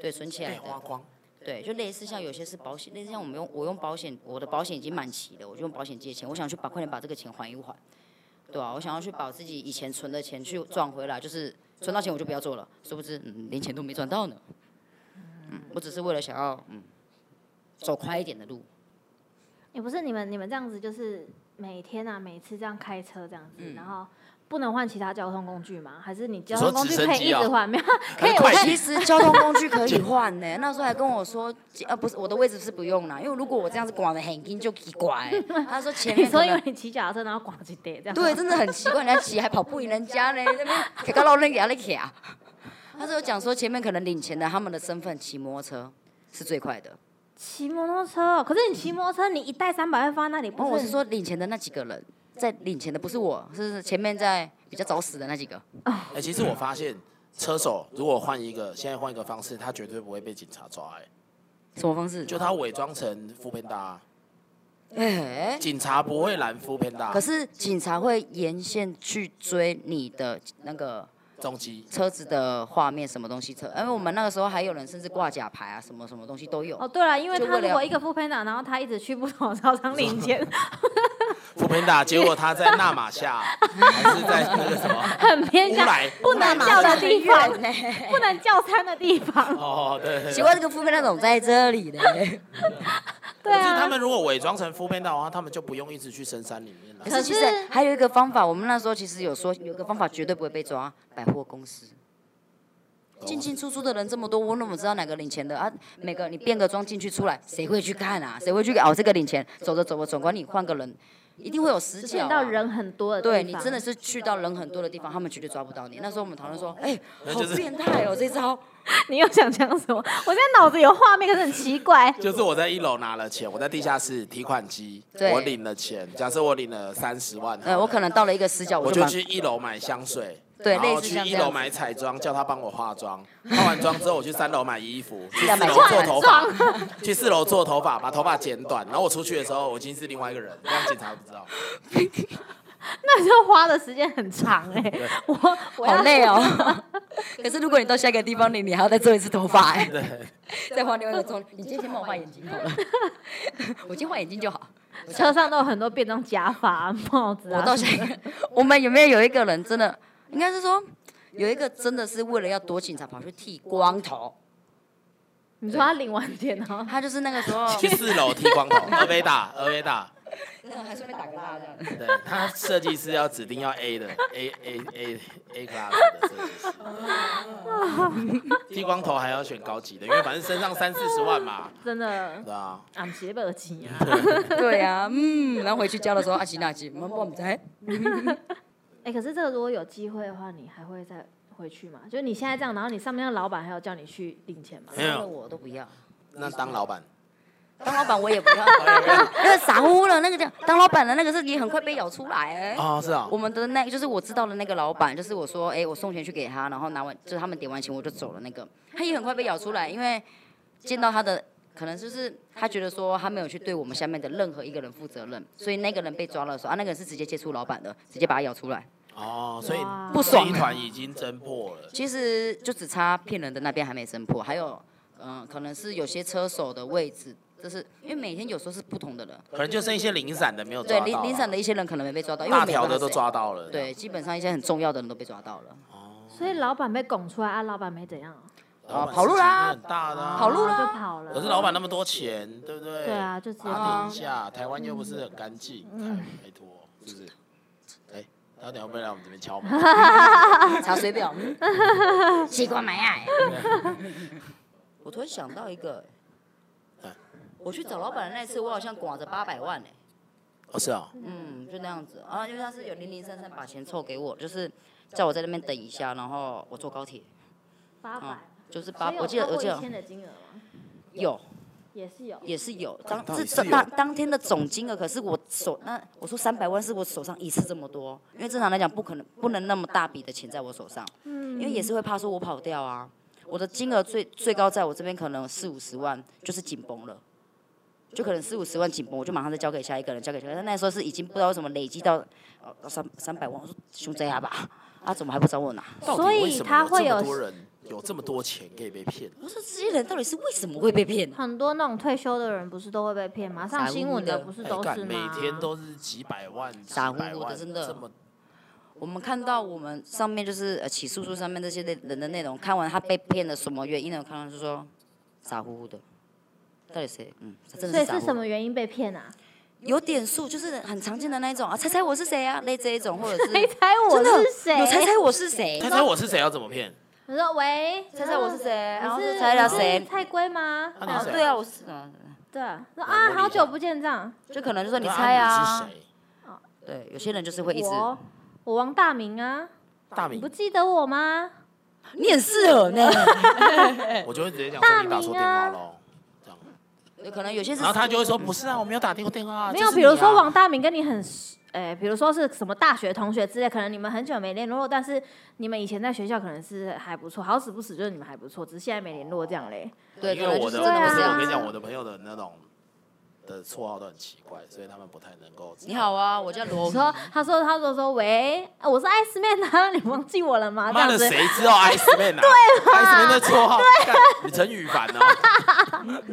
[SPEAKER 3] 对，存起来
[SPEAKER 1] 被
[SPEAKER 3] 的。
[SPEAKER 1] 花光，
[SPEAKER 3] 对，就类似像有些是保险，类似像我们用我用保险，我的保险已经满期了，我就用保险借钱，我想去把快点把这个钱还一还，对啊，我想要去把自己以前存的钱去赚回来，就是存到钱我就不要做了，殊不知、嗯、连钱都没赚到呢。嗯，我只是为了想要嗯走快一点的路，
[SPEAKER 2] 也不是你们你们这样子，就是每天啊，每次这样开车这样子，然后不能换其他交通工具吗？还是你交
[SPEAKER 1] 说
[SPEAKER 2] 通工
[SPEAKER 1] 直
[SPEAKER 2] 具
[SPEAKER 1] 升
[SPEAKER 2] 可以
[SPEAKER 1] 机
[SPEAKER 2] 一直
[SPEAKER 1] 啊
[SPEAKER 2] 换？没有，
[SPEAKER 1] 可
[SPEAKER 2] 可以
[SPEAKER 1] 快
[SPEAKER 2] 我
[SPEAKER 1] 点
[SPEAKER 2] 可
[SPEAKER 3] 其
[SPEAKER 2] 以
[SPEAKER 3] 实交通工具可以换呢、那时候还跟我说，呃，不是我的位置是不用啦，因为如果我这样子管的很紧就奇怪、他说前
[SPEAKER 2] 你
[SPEAKER 3] 面可
[SPEAKER 2] 说因
[SPEAKER 3] 能
[SPEAKER 2] 为你骑脚踏车然后刮起跌 [laughs] 这样，
[SPEAKER 3] 对，，真的很奇怪，人家骑还跑不赢人家呢， [laughs] 那边开个老人给他嘞卡。啊他是有讲说前面可能领钱的他们的身份骑摩托车是最快的，
[SPEAKER 2] 骑摩托车哦，可是你骑摩托车，你一袋三百万放在那里，
[SPEAKER 3] 然后
[SPEAKER 2] 不
[SPEAKER 3] 我哦是说领钱的那几个人，在领钱的不是我，是前面在比较早死的那几个。
[SPEAKER 1] 哎、其实我发现车手如果换一个，现在换一个方式，他绝对不会被警察抓、哎，
[SPEAKER 3] 什么方式？
[SPEAKER 1] 就他伪装成副片大、啊，
[SPEAKER 3] 哎，
[SPEAKER 1] 警察不会拦扶贫
[SPEAKER 3] 可
[SPEAKER 1] 的
[SPEAKER 3] 是警察会沿线去追你的那个
[SPEAKER 1] 重击，
[SPEAKER 3] 车子的画面，什么东西车？因为我们那个时候还有人甚至挂假牌啊，什么什么东西都有。
[SPEAKER 2] 哦，对了，因为
[SPEAKER 3] 就
[SPEAKER 2] 他
[SPEAKER 3] 为了
[SPEAKER 2] 如果一个副班长，然后他一直去不同的超商
[SPEAKER 3] [laughs]
[SPEAKER 2] 领钱，
[SPEAKER 1] 扶贫的，结果他在纳马夏，还是在那个什
[SPEAKER 3] [laughs]
[SPEAKER 1] 么
[SPEAKER 2] 很偏
[SPEAKER 1] 乌
[SPEAKER 2] 向
[SPEAKER 1] 来？
[SPEAKER 2] 不能叫的地方，
[SPEAKER 3] 呢？ [laughs]
[SPEAKER 2] 不能叫餐的地方。
[SPEAKER 1] 哦，对对
[SPEAKER 3] 奇
[SPEAKER 1] 对。
[SPEAKER 3] 怪，这个副班长在这里呢。
[SPEAKER 2] 对
[SPEAKER 1] 可是他
[SPEAKER 2] 啊，
[SPEAKER 1] 们如果伪装成扶贫的话，他们就不用一直去深山里面了
[SPEAKER 3] 可。
[SPEAKER 2] 可
[SPEAKER 3] 是其
[SPEAKER 2] 是
[SPEAKER 3] 实还有一个方法，我们那时候其实有说，有一个方法绝对不会被抓，百货公司。进进出出的人这么多，我怎么知道哪个领钱的啊？每个你变个装进去出来，谁会去看啊？谁会去哦？这个领钱，走着走着，总管你换个人，一定会有死
[SPEAKER 2] 只
[SPEAKER 3] 角、
[SPEAKER 2] 见
[SPEAKER 3] 啊。
[SPEAKER 2] 到人很多的地
[SPEAKER 3] 对
[SPEAKER 2] 方，
[SPEAKER 3] 你真的是去到人很多的地方，他们绝对抓不到你。那时候我们讨论说，哎、
[SPEAKER 1] 那
[SPEAKER 3] 好
[SPEAKER 1] 就是
[SPEAKER 3] 变态哦，这招。
[SPEAKER 2] 你又想讲什么？我现在脑子有画面，可是很奇
[SPEAKER 3] [laughs]
[SPEAKER 2] 怪。
[SPEAKER 1] [laughs] 就是我在一楼拿了钱，我在地下室提款机，
[SPEAKER 3] 对
[SPEAKER 1] 我领了钱。假设我领了三十万，
[SPEAKER 3] 呃，我可能到了一个死角，
[SPEAKER 1] 我
[SPEAKER 3] 就
[SPEAKER 1] 就
[SPEAKER 3] 把
[SPEAKER 1] 去一楼买香水，
[SPEAKER 3] 对
[SPEAKER 1] 然后
[SPEAKER 3] 类似
[SPEAKER 1] 去
[SPEAKER 3] 像
[SPEAKER 1] 一
[SPEAKER 3] 这样
[SPEAKER 1] 楼
[SPEAKER 3] 子
[SPEAKER 1] 买彩妆，叫他帮我化
[SPEAKER 3] [laughs]
[SPEAKER 1] 妆。化完妆之后，我去三楼买衣服，去
[SPEAKER 3] 再
[SPEAKER 1] 四
[SPEAKER 3] 买
[SPEAKER 1] 楼
[SPEAKER 3] 化
[SPEAKER 1] 做
[SPEAKER 3] 完
[SPEAKER 1] 头发， [laughs] 去四楼做头发，把头发剪短。然后我出去的时候，我已经是另外一个人，这样警察不知
[SPEAKER 3] [laughs]
[SPEAKER 1] 道。
[SPEAKER 2] 那就花的时间很长哎、我我要
[SPEAKER 3] [laughs] 好累哦。可是如果你到下一个地方，你你还要再做一次头发、哎， [laughs] 再换另外一个妆。你今天先帮我画眼睛好了，我今天画眼睛就好。
[SPEAKER 2] 车上都有很多变装假发、帽子啊。
[SPEAKER 3] 我到现在，我们有没有有一个人真的，应该是说有一个真的是为了要躲警察跑去剃光头，
[SPEAKER 2] 你说他领完钱然后
[SPEAKER 3] 他就是那个时 [laughs] 候，
[SPEAKER 1] 去四楼剃光头，二维打，二维打。
[SPEAKER 3] 那还顺便打个蜡这样。
[SPEAKER 1] 对他设计师要指定要 A 的 A A A A class 的设计师，
[SPEAKER 3] 哦
[SPEAKER 1] [laughs] 剃光头还要选高级的，因为反正身上三四十万嘛，
[SPEAKER 2] 真的
[SPEAKER 1] 对啊，
[SPEAKER 2] 俺斜不起啊！
[SPEAKER 3] 对呀、嗯，然后回去教的时候，阿吉那吉，我们在
[SPEAKER 2] 哎、可是这个如果有机会的话，你还会再回去吗？就是你现在这样，然后你上面的老板还要叫你去领钱吗？
[SPEAKER 1] 没有
[SPEAKER 3] 我都不 [laughs] 要。
[SPEAKER 1] 那当老板，
[SPEAKER 3] [laughs] 当老板我也不要，那个傻乎了，那个叫当老板的那个是也很快被咬出来哎、
[SPEAKER 1] 哦，是啊
[SPEAKER 3] 我，们的那就是我知道的那个老板，就是我说，哎、我送钱去给他，然后拿完就是他们点完钱我就走了那个，他也很快被咬出来，因为见到他的可能就是他觉得说他没有去对我们下面的任何一个人负责任，所以那个人被抓了的时候啊，那个人是直接接触老板的，直接把他咬出来。
[SPEAKER 1] 哦，所以
[SPEAKER 2] 哇
[SPEAKER 3] 不爽
[SPEAKER 1] 这一团已经侦破了，
[SPEAKER 3] 其实就只差骗人的那边还没侦破，还有嗯、可能是有些车手的位置，就是因为每天有时候是不同的人，
[SPEAKER 1] 可能就剩一些零散的没有抓
[SPEAKER 3] 对
[SPEAKER 1] 到
[SPEAKER 3] 零
[SPEAKER 1] 啊，
[SPEAKER 3] 零散的一些人可能没被抓到，因为我
[SPEAKER 1] 大
[SPEAKER 3] 们也
[SPEAKER 1] 条
[SPEAKER 3] 不知道
[SPEAKER 1] 的都
[SPEAKER 3] 谁，
[SPEAKER 1] 抓到了，
[SPEAKER 3] 对，基本上一些很重要的人都被抓到了，
[SPEAKER 2] 所以老板被拱出来啊，老板没怎样啊，
[SPEAKER 1] 老板
[SPEAKER 3] 哦跑路啦
[SPEAKER 1] 事情很大的啊，
[SPEAKER 3] 跑路
[SPEAKER 2] 然
[SPEAKER 3] 啦
[SPEAKER 2] 后就跑了。
[SPEAKER 1] 可是老板那么多钱，对不对？
[SPEAKER 2] 对啊，就直接
[SPEAKER 1] 打
[SPEAKER 2] 跑
[SPEAKER 1] 点一。下，台湾又不是很干净，
[SPEAKER 3] 嗯
[SPEAKER 1] 哎拜托，是不是？哎，他等下会不会来我们这边敲门？
[SPEAKER 3] 查水表，嗯西瓜买爱。我突然想到一个
[SPEAKER 1] 哎，
[SPEAKER 3] 我去找老板的那次，我好像管着八百万呢、
[SPEAKER 1] 哦，是啊，
[SPEAKER 3] 嗯，就那样子啊，因为他是有零零散散把钱凑给我，就是叫我在那边等一下，然后我坐高铁，
[SPEAKER 2] 八百
[SPEAKER 3] 嗯，就是八，
[SPEAKER 2] 所以有
[SPEAKER 3] 我记得
[SPEAKER 2] 超
[SPEAKER 3] 我
[SPEAKER 2] 过
[SPEAKER 3] 记
[SPEAKER 2] 一
[SPEAKER 3] 得
[SPEAKER 2] 千的金额吗？
[SPEAKER 3] 有
[SPEAKER 2] 也是有。
[SPEAKER 3] 也是有，当
[SPEAKER 1] 到
[SPEAKER 3] 这
[SPEAKER 1] 底
[SPEAKER 3] 这
[SPEAKER 1] 是有
[SPEAKER 3] 当当天的总金额，可是我手那我说三百万是我手上一次这么多，因为正常来讲不可能不能那么大笔的钱在我手上，
[SPEAKER 2] 嗯
[SPEAKER 3] 因为也是会怕说我跑掉啊。我的金额最最高在我这边可能四五十万，就是紧绷了，就可能四五十万紧绷，我就马上再交给下一个人，交给下一个人。但那时候是已经不知道为什么累积到呃到三三百万，我说兄弟啊吧，啊怎么还不找我拿？
[SPEAKER 1] 到底
[SPEAKER 2] 所以
[SPEAKER 1] 为什么
[SPEAKER 2] 他
[SPEAKER 1] 这
[SPEAKER 2] 会
[SPEAKER 1] 么
[SPEAKER 2] 有
[SPEAKER 1] 多人有这么多钱可以被骗，
[SPEAKER 3] 我说这些人到底是为什么会被骗啊？
[SPEAKER 2] 很多那种退休的人不是都会被骗吗？上新闻的不是
[SPEAKER 1] 哎
[SPEAKER 2] 都
[SPEAKER 1] 干
[SPEAKER 2] 是吗？
[SPEAKER 1] 每天都是几百万、几
[SPEAKER 3] 傻乎乎的
[SPEAKER 1] 百万，
[SPEAKER 3] 真的
[SPEAKER 1] 这么
[SPEAKER 3] 我们看到我们上面就是呃起诉书上面这些的人的内容，看完他被骗的什么原因呢？我看到就说傻乎乎的，到底谁？嗯，他真的
[SPEAKER 2] 所以
[SPEAKER 3] 是傻乎
[SPEAKER 2] 是
[SPEAKER 3] 乎
[SPEAKER 2] 什么原因被骗啊？
[SPEAKER 3] 有点数，就是很常见的那一种啊，猜猜我是谁啊，类这一种，或者是
[SPEAKER 2] 你 [laughs] 猜我
[SPEAKER 3] 真的
[SPEAKER 2] 是
[SPEAKER 3] 有猜
[SPEAKER 2] 谁？
[SPEAKER 3] 猜我是谁？
[SPEAKER 1] 猜猜我是谁要怎么骗？
[SPEAKER 2] 你说喂，
[SPEAKER 3] 猜猜我是谁？然后
[SPEAKER 2] 你是
[SPEAKER 3] 猜到
[SPEAKER 2] 你
[SPEAKER 3] 谁
[SPEAKER 2] 是？蔡圭吗？
[SPEAKER 1] 啊你
[SPEAKER 3] 哦
[SPEAKER 1] 是谁
[SPEAKER 3] 对啊，我是嗯，
[SPEAKER 2] 对，说
[SPEAKER 1] 我
[SPEAKER 2] 啊，
[SPEAKER 1] 理
[SPEAKER 2] 好久
[SPEAKER 1] 他
[SPEAKER 2] 不见这样。
[SPEAKER 3] 就可能就说你
[SPEAKER 1] 对
[SPEAKER 3] 猜
[SPEAKER 1] 啊，
[SPEAKER 3] 啊
[SPEAKER 1] 你是，谁？
[SPEAKER 3] 对，有些人就是会一直，
[SPEAKER 2] 我我王大明啊，
[SPEAKER 1] 大
[SPEAKER 2] 你
[SPEAKER 1] 明
[SPEAKER 2] 不，记得我吗？
[SPEAKER 3] 你很适合
[SPEAKER 1] [laughs]
[SPEAKER 3] 呢，
[SPEAKER 1] 啊我就会直接讲说你啊打错电话
[SPEAKER 2] 大明
[SPEAKER 1] 喽，这样，
[SPEAKER 3] 有可能有些是
[SPEAKER 1] 然后他就会说不是啊，我没有打电话电话啊，
[SPEAKER 2] 没
[SPEAKER 1] 就
[SPEAKER 2] 有，
[SPEAKER 1] 是
[SPEAKER 2] 比如
[SPEAKER 1] 你啊
[SPEAKER 2] 说王大明跟你很熟，哎，比如说是什么大学同学之类，可能你们很久没联络，但是你们以前在学校可能是还不错，好死不死就是你们还不错，只是现在没联络这样嘞。
[SPEAKER 3] 对，
[SPEAKER 1] 因为
[SPEAKER 3] 可能
[SPEAKER 1] 我
[SPEAKER 3] 就
[SPEAKER 1] 的，
[SPEAKER 3] 是真的
[SPEAKER 1] 不
[SPEAKER 3] 不
[SPEAKER 1] 是
[SPEAKER 3] 是
[SPEAKER 2] 对啊
[SPEAKER 1] 我跟你讲，我的朋友的那种的绰号都很奇怪，所以他们不太能够。
[SPEAKER 3] 你好啊，我叫罗
[SPEAKER 2] 你。说，他说，他说说，喂，啊我是 Ice Man 啊，你忘记我了吗？这
[SPEAKER 1] 妈
[SPEAKER 2] 样
[SPEAKER 1] 的，
[SPEAKER 2] 子，
[SPEAKER 1] 谁
[SPEAKER 3] [laughs]
[SPEAKER 1] 知道 Ice Man 啊？对 i c e Man 的绰号，
[SPEAKER 3] 啊
[SPEAKER 1] 干你陈羽凡哦。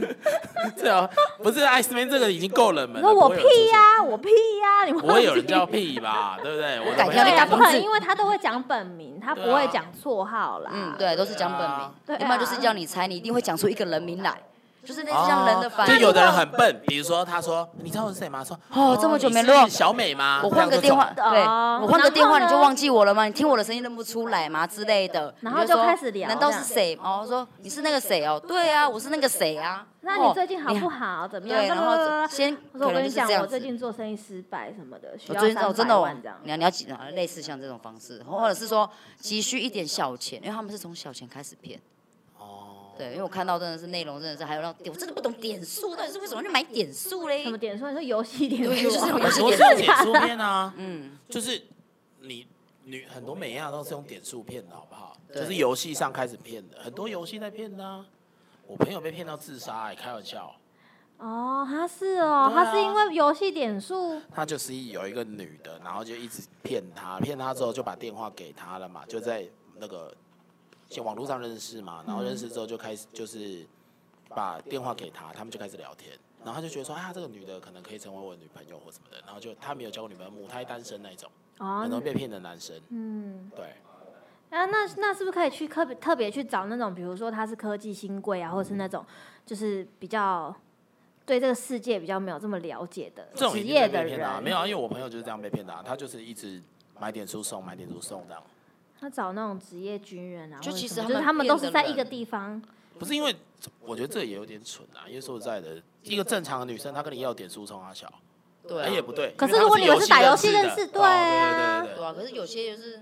[SPEAKER 1] [laughs] 对啊，不是 Ice Man 这个已经够冷门
[SPEAKER 2] 你
[SPEAKER 1] 了。
[SPEAKER 2] 说我
[SPEAKER 1] 不会
[SPEAKER 2] 屁
[SPEAKER 1] 有人出现
[SPEAKER 2] 呀、我屁呀、你忘
[SPEAKER 1] 不
[SPEAKER 2] 记
[SPEAKER 1] 会有人叫屁吧？对不对？我的
[SPEAKER 3] 改
[SPEAKER 1] 朋
[SPEAKER 3] 天
[SPEAKER 1] 友
[SPEAKER 3] 要
[SPEAKER 2] 对
[SPEAKER 1] [laughs]
[SPEAKER 3] 去打
[SPEAKER 2] 啊，
[SPEAKER 1] 都
[SPEAKER 2] 不
[SPEAKER 3] 工
[SPEAKER 2] 可
[SPEAKER 3] 字
[SPEAKER 2] 能，因为他都会讲本名，他不
[SPEAKER 1] 对啊
[SPEAKER 2] 会讲绰号啦。
[SPEAKER 3] 嗯，对，都是讲本名，
[SPEAKER 2] 啊对啊
[SPEAKER 3] 要么就是叫你猜，你一定会讲出一个人名来，就是类似像
[SPEAKER 2] 哦
[SPEAKER 3] 人的反
[SPEAKER 1] 哦就
[SPEAKER 3] 应。
[SPEAKER 1] 有的人很笨，比如说他说：“你知道我是谁吗？”说：“
[SPEAKER 3] 哦这么久
[SPEAKER 1] 你
[SPEAKER 3] 没
[SPEAKER 1] 是
[SPEAKER 3] 录
[SPEAKER 1] 小美吗？”
[SPEAKER 3] 我换个电话，
[SPEAKER 1] 这样
[SPEAKER 2] 这种
[SPEAKER 3] 对，
[SPEAKER 2] 哦
[SPEAKER 3] 我换个电话
[SPEAKER 2] 然
[SPEAKER 3] 你
[SPEAKER 2] 后呢
[SPEAKER 3] 就忘记我了吗？你听我的声音认不出来吗之类的？
[SPEAKER 2] 然后
[SPEAKER 3] 你就说
[SPEAKER 2] 就开始聊
[SPEAKER 3] 难道是
[SPEAKER 2] 这样
[SPEAKER 3] 谁？哦，说你是那个谁哦？对啊，我是那个谁啊？
[SPEAKER 2] 那
[SPEAKER 3] 哦
[SPEAKER 2] 你最近好不？好？怎么
[SPEAKER 3] 你
[SPEAKER 2] 样？
[SPEAKER 3] 对，
[SPEAKER 2] 啦
[SPEAKER 3] 然
[SPEAKER 2] 啦啦啦
[SPEAKER 3] 后
[SPEAKER 2] 啦
[SPEAKER 3] 先
[SPEAKER 2] 我
[SPEAKER 3] 可
[SPEAKER 2] 说我
[SPEAKER 3] 能就
[SPEAKER 2] 跟你
[SPEAKER 3] 是
[SPEAKER 2] 讲
[SPEAKER 3] 这，样
[SPEAKER 2] 我最
[SPEAKER 3] 子
[SPEAKER 2] 近做生意失败什么的，需
[SPEAKER 3] 我
[SPEAKER 2] 要
[SPEAKER 3] 最近哦，真的哦
[SPEAKER 2] 300万这样，。
[SPEAKER 3] 你要你要几啊类似像这种方式，或者是说急需一点小钱，因为他们是从小钱开始骗。
[SPEAKER 1] 哦，
[SPEAKER 3] 对，因为我看到真的是内容，真的是还有让我真的不懂点数，到底是为什么去买点数嘞
[SPEAKER 2] 什？么点数？你说游戏点
[SPEAKER 3] 对就是
[SPEAKER 2] 数
[SPEAKER 3] 有
[SPEAKER 2] 啊？
[SPEAKER 1] 很多是用点数片啊，
[SPEAKER 3] 嗯，
[SPEAKER 1] 就是你女很多美亚都是用点数骗的，好不好？
[SPEAKER 3] 对
[SPEAKER 1] 就是游戏上开始骗的，很多游戏在骗的啊。我朋友被骗到自杀，哎，开玩笑。
[SPEAKER 2] [laughs] 哦，他是哦，
[SPEAKER 1] 对啊
[SPEAKER 2] 他是因为游戏点数。
[SPEAKER 1] 他就是有一个女的，然后就一直骗他，骗他之后就把电话给他了嘛，就在那个网络上认识嘛，然后认识之后就开始就是把电话给他，他们就开始聊天，然后他就觉得说啊，这个女的可能可以成为我女朋友或什么的，然后就他没有交过女朋友，母胎单身那一种，
[SPEAKER 2] 哦
[SPEAKER 1] 很，多被骗的男生，
[SPEAKER 2] 嗯，
[SPEAKER 1] 对，
[SPEAKER 2] 啊，那那是不是可以去特别特别去找那种，比如说他是科技新贵啊，或者是那种就是比较对这个世界比较没有这么了解的
[SPEAKER 1] 这种
[SPEAKER 2] 职
[SPEAKER 1] 一定
[SPEAKER 2] 业
[SPEAKER 1] 会
[SPEAKER 2] 的
[SPEAKER 1] 被骗的啊、
[SPEAKER 2] 人，
[SPEAKER 1] 没有、啊，因为我朋友就是这样被骗的、啊，他就是一直买点数送，买点数送这样，
[SPEAKER 2] 他找那种职业军人啊，
[SPEAKER 3] 就
[SPEAKER 2] 或者
[SPEAKER 3] 其
[SPEAKER 2] 什
[SPEAKER 3] 实他
[SPEAKER 2] 么就是
[SPEAKER 3] 们
[SPEAKER 2] 他们都
[SPEAKER 3] 骗的
[SPEAKER 2] 是在一
[SPEAKER 3] 人啊
[SPEAKER 2] 个地方，
[SPEAKER 1] 不是因为我觉得这也有点蠢啊，因为说实在的，一个正常的女生她跟你要点数冲她小。
[SPEAKER 3] 对
[SPEAKER 1] 哎、也
[SPEAKER 3] 啊，
[SPEAKER 1] 不对。
[SPEAKER 2] 可是
[SPEAKER 1] 因为
[SPEAKER 2] 如果你们
[SPEAKER 1] 他
[SPEAKER 2] 是
[SPEAKER 1] 是
[SPEAKER 2] 打游
[SPEAKER 1] 游
[SPEAKER 2] 戏
[SPEAKER 1] 戏
[SPEAKER 2] 认
[SPEAKER 1] 认
[SPEAKER 2] 识
[SPEAKER 1] 识的
[SPEAKER 2] 对啊
[SPEAKER 1] 哦对对
[SPEAKER 3] 对
[SPEAKER 1] 对
[SPEAKER 3] 啊，可是有些就是，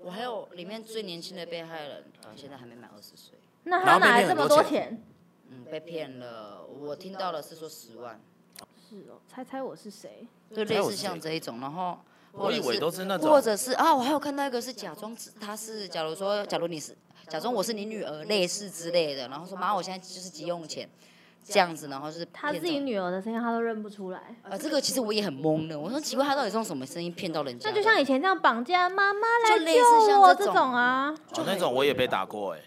[SPEAKER 3] 我还有里面最年轻的被害人，啊，现在还没满二十岁，
[SPEAKER 2] 那
[SPEAKER 1] 然
[SPEAKER 2] 他
[SPEAKER 1] 后被
[SPEAKER 2] 哪来
[SPEAKER 1] 骗
[SPEAKER 2] 这
[SPEAKER 1] 很
[SPEAKER 2] 么
[SPEAKER 1] 多
[SPEAKER 2] 多
[SPEAKER 1] 钱
[SPEAKER 2] 钱？
[SPEAKER 3] 嗯，被骗了。我听到的是说十万，
[SPEAKER 2] 是哦，猜猜我是谁？
[SPEAKER 3] 就类似像这一种，然后
[SPEAKER 1] 我以为都是那
[SPEAKER 3] 或
[SPEAKER 1] 种，
[SPEAKER 3] 者是啊，我还有看到一个是假装自他是，假如说，假如你是，假装我是你女儿，类似之类的，然后说妈，我现在就是急用钱，这样子，然后就是
[SPEAKER 2] 他
[SPEAKER 3] 骗
[SPEAKER 2] 自己
[SPEAKER 3] 走
[SPEAKER 2] 女儿的声音他都认不出来。
[SPEAKER 3] 呃，这个其实我也很懵的，我说奇怪，他到底是用什么声音骗到人家
[SPEAKER 2] 那
[SPEAKER 3] 的？
[SPEAKER 2] 就像以前这样绑架妈妈
[SPEAKER 3] 就
[SPEAKER 2] 来
[SPEAKER 3] 类似
[SPEAKER 2] 救
[SPEAKER 3] 像
[SPEAKER 2] 我
[SPEAKER 3] 这
[SPEAKER 2] 这
[SPEAKER 3] 种
[SPEAKER 2] 种啊，
[SPEAKER 1] 哦、那种我也被打过哎、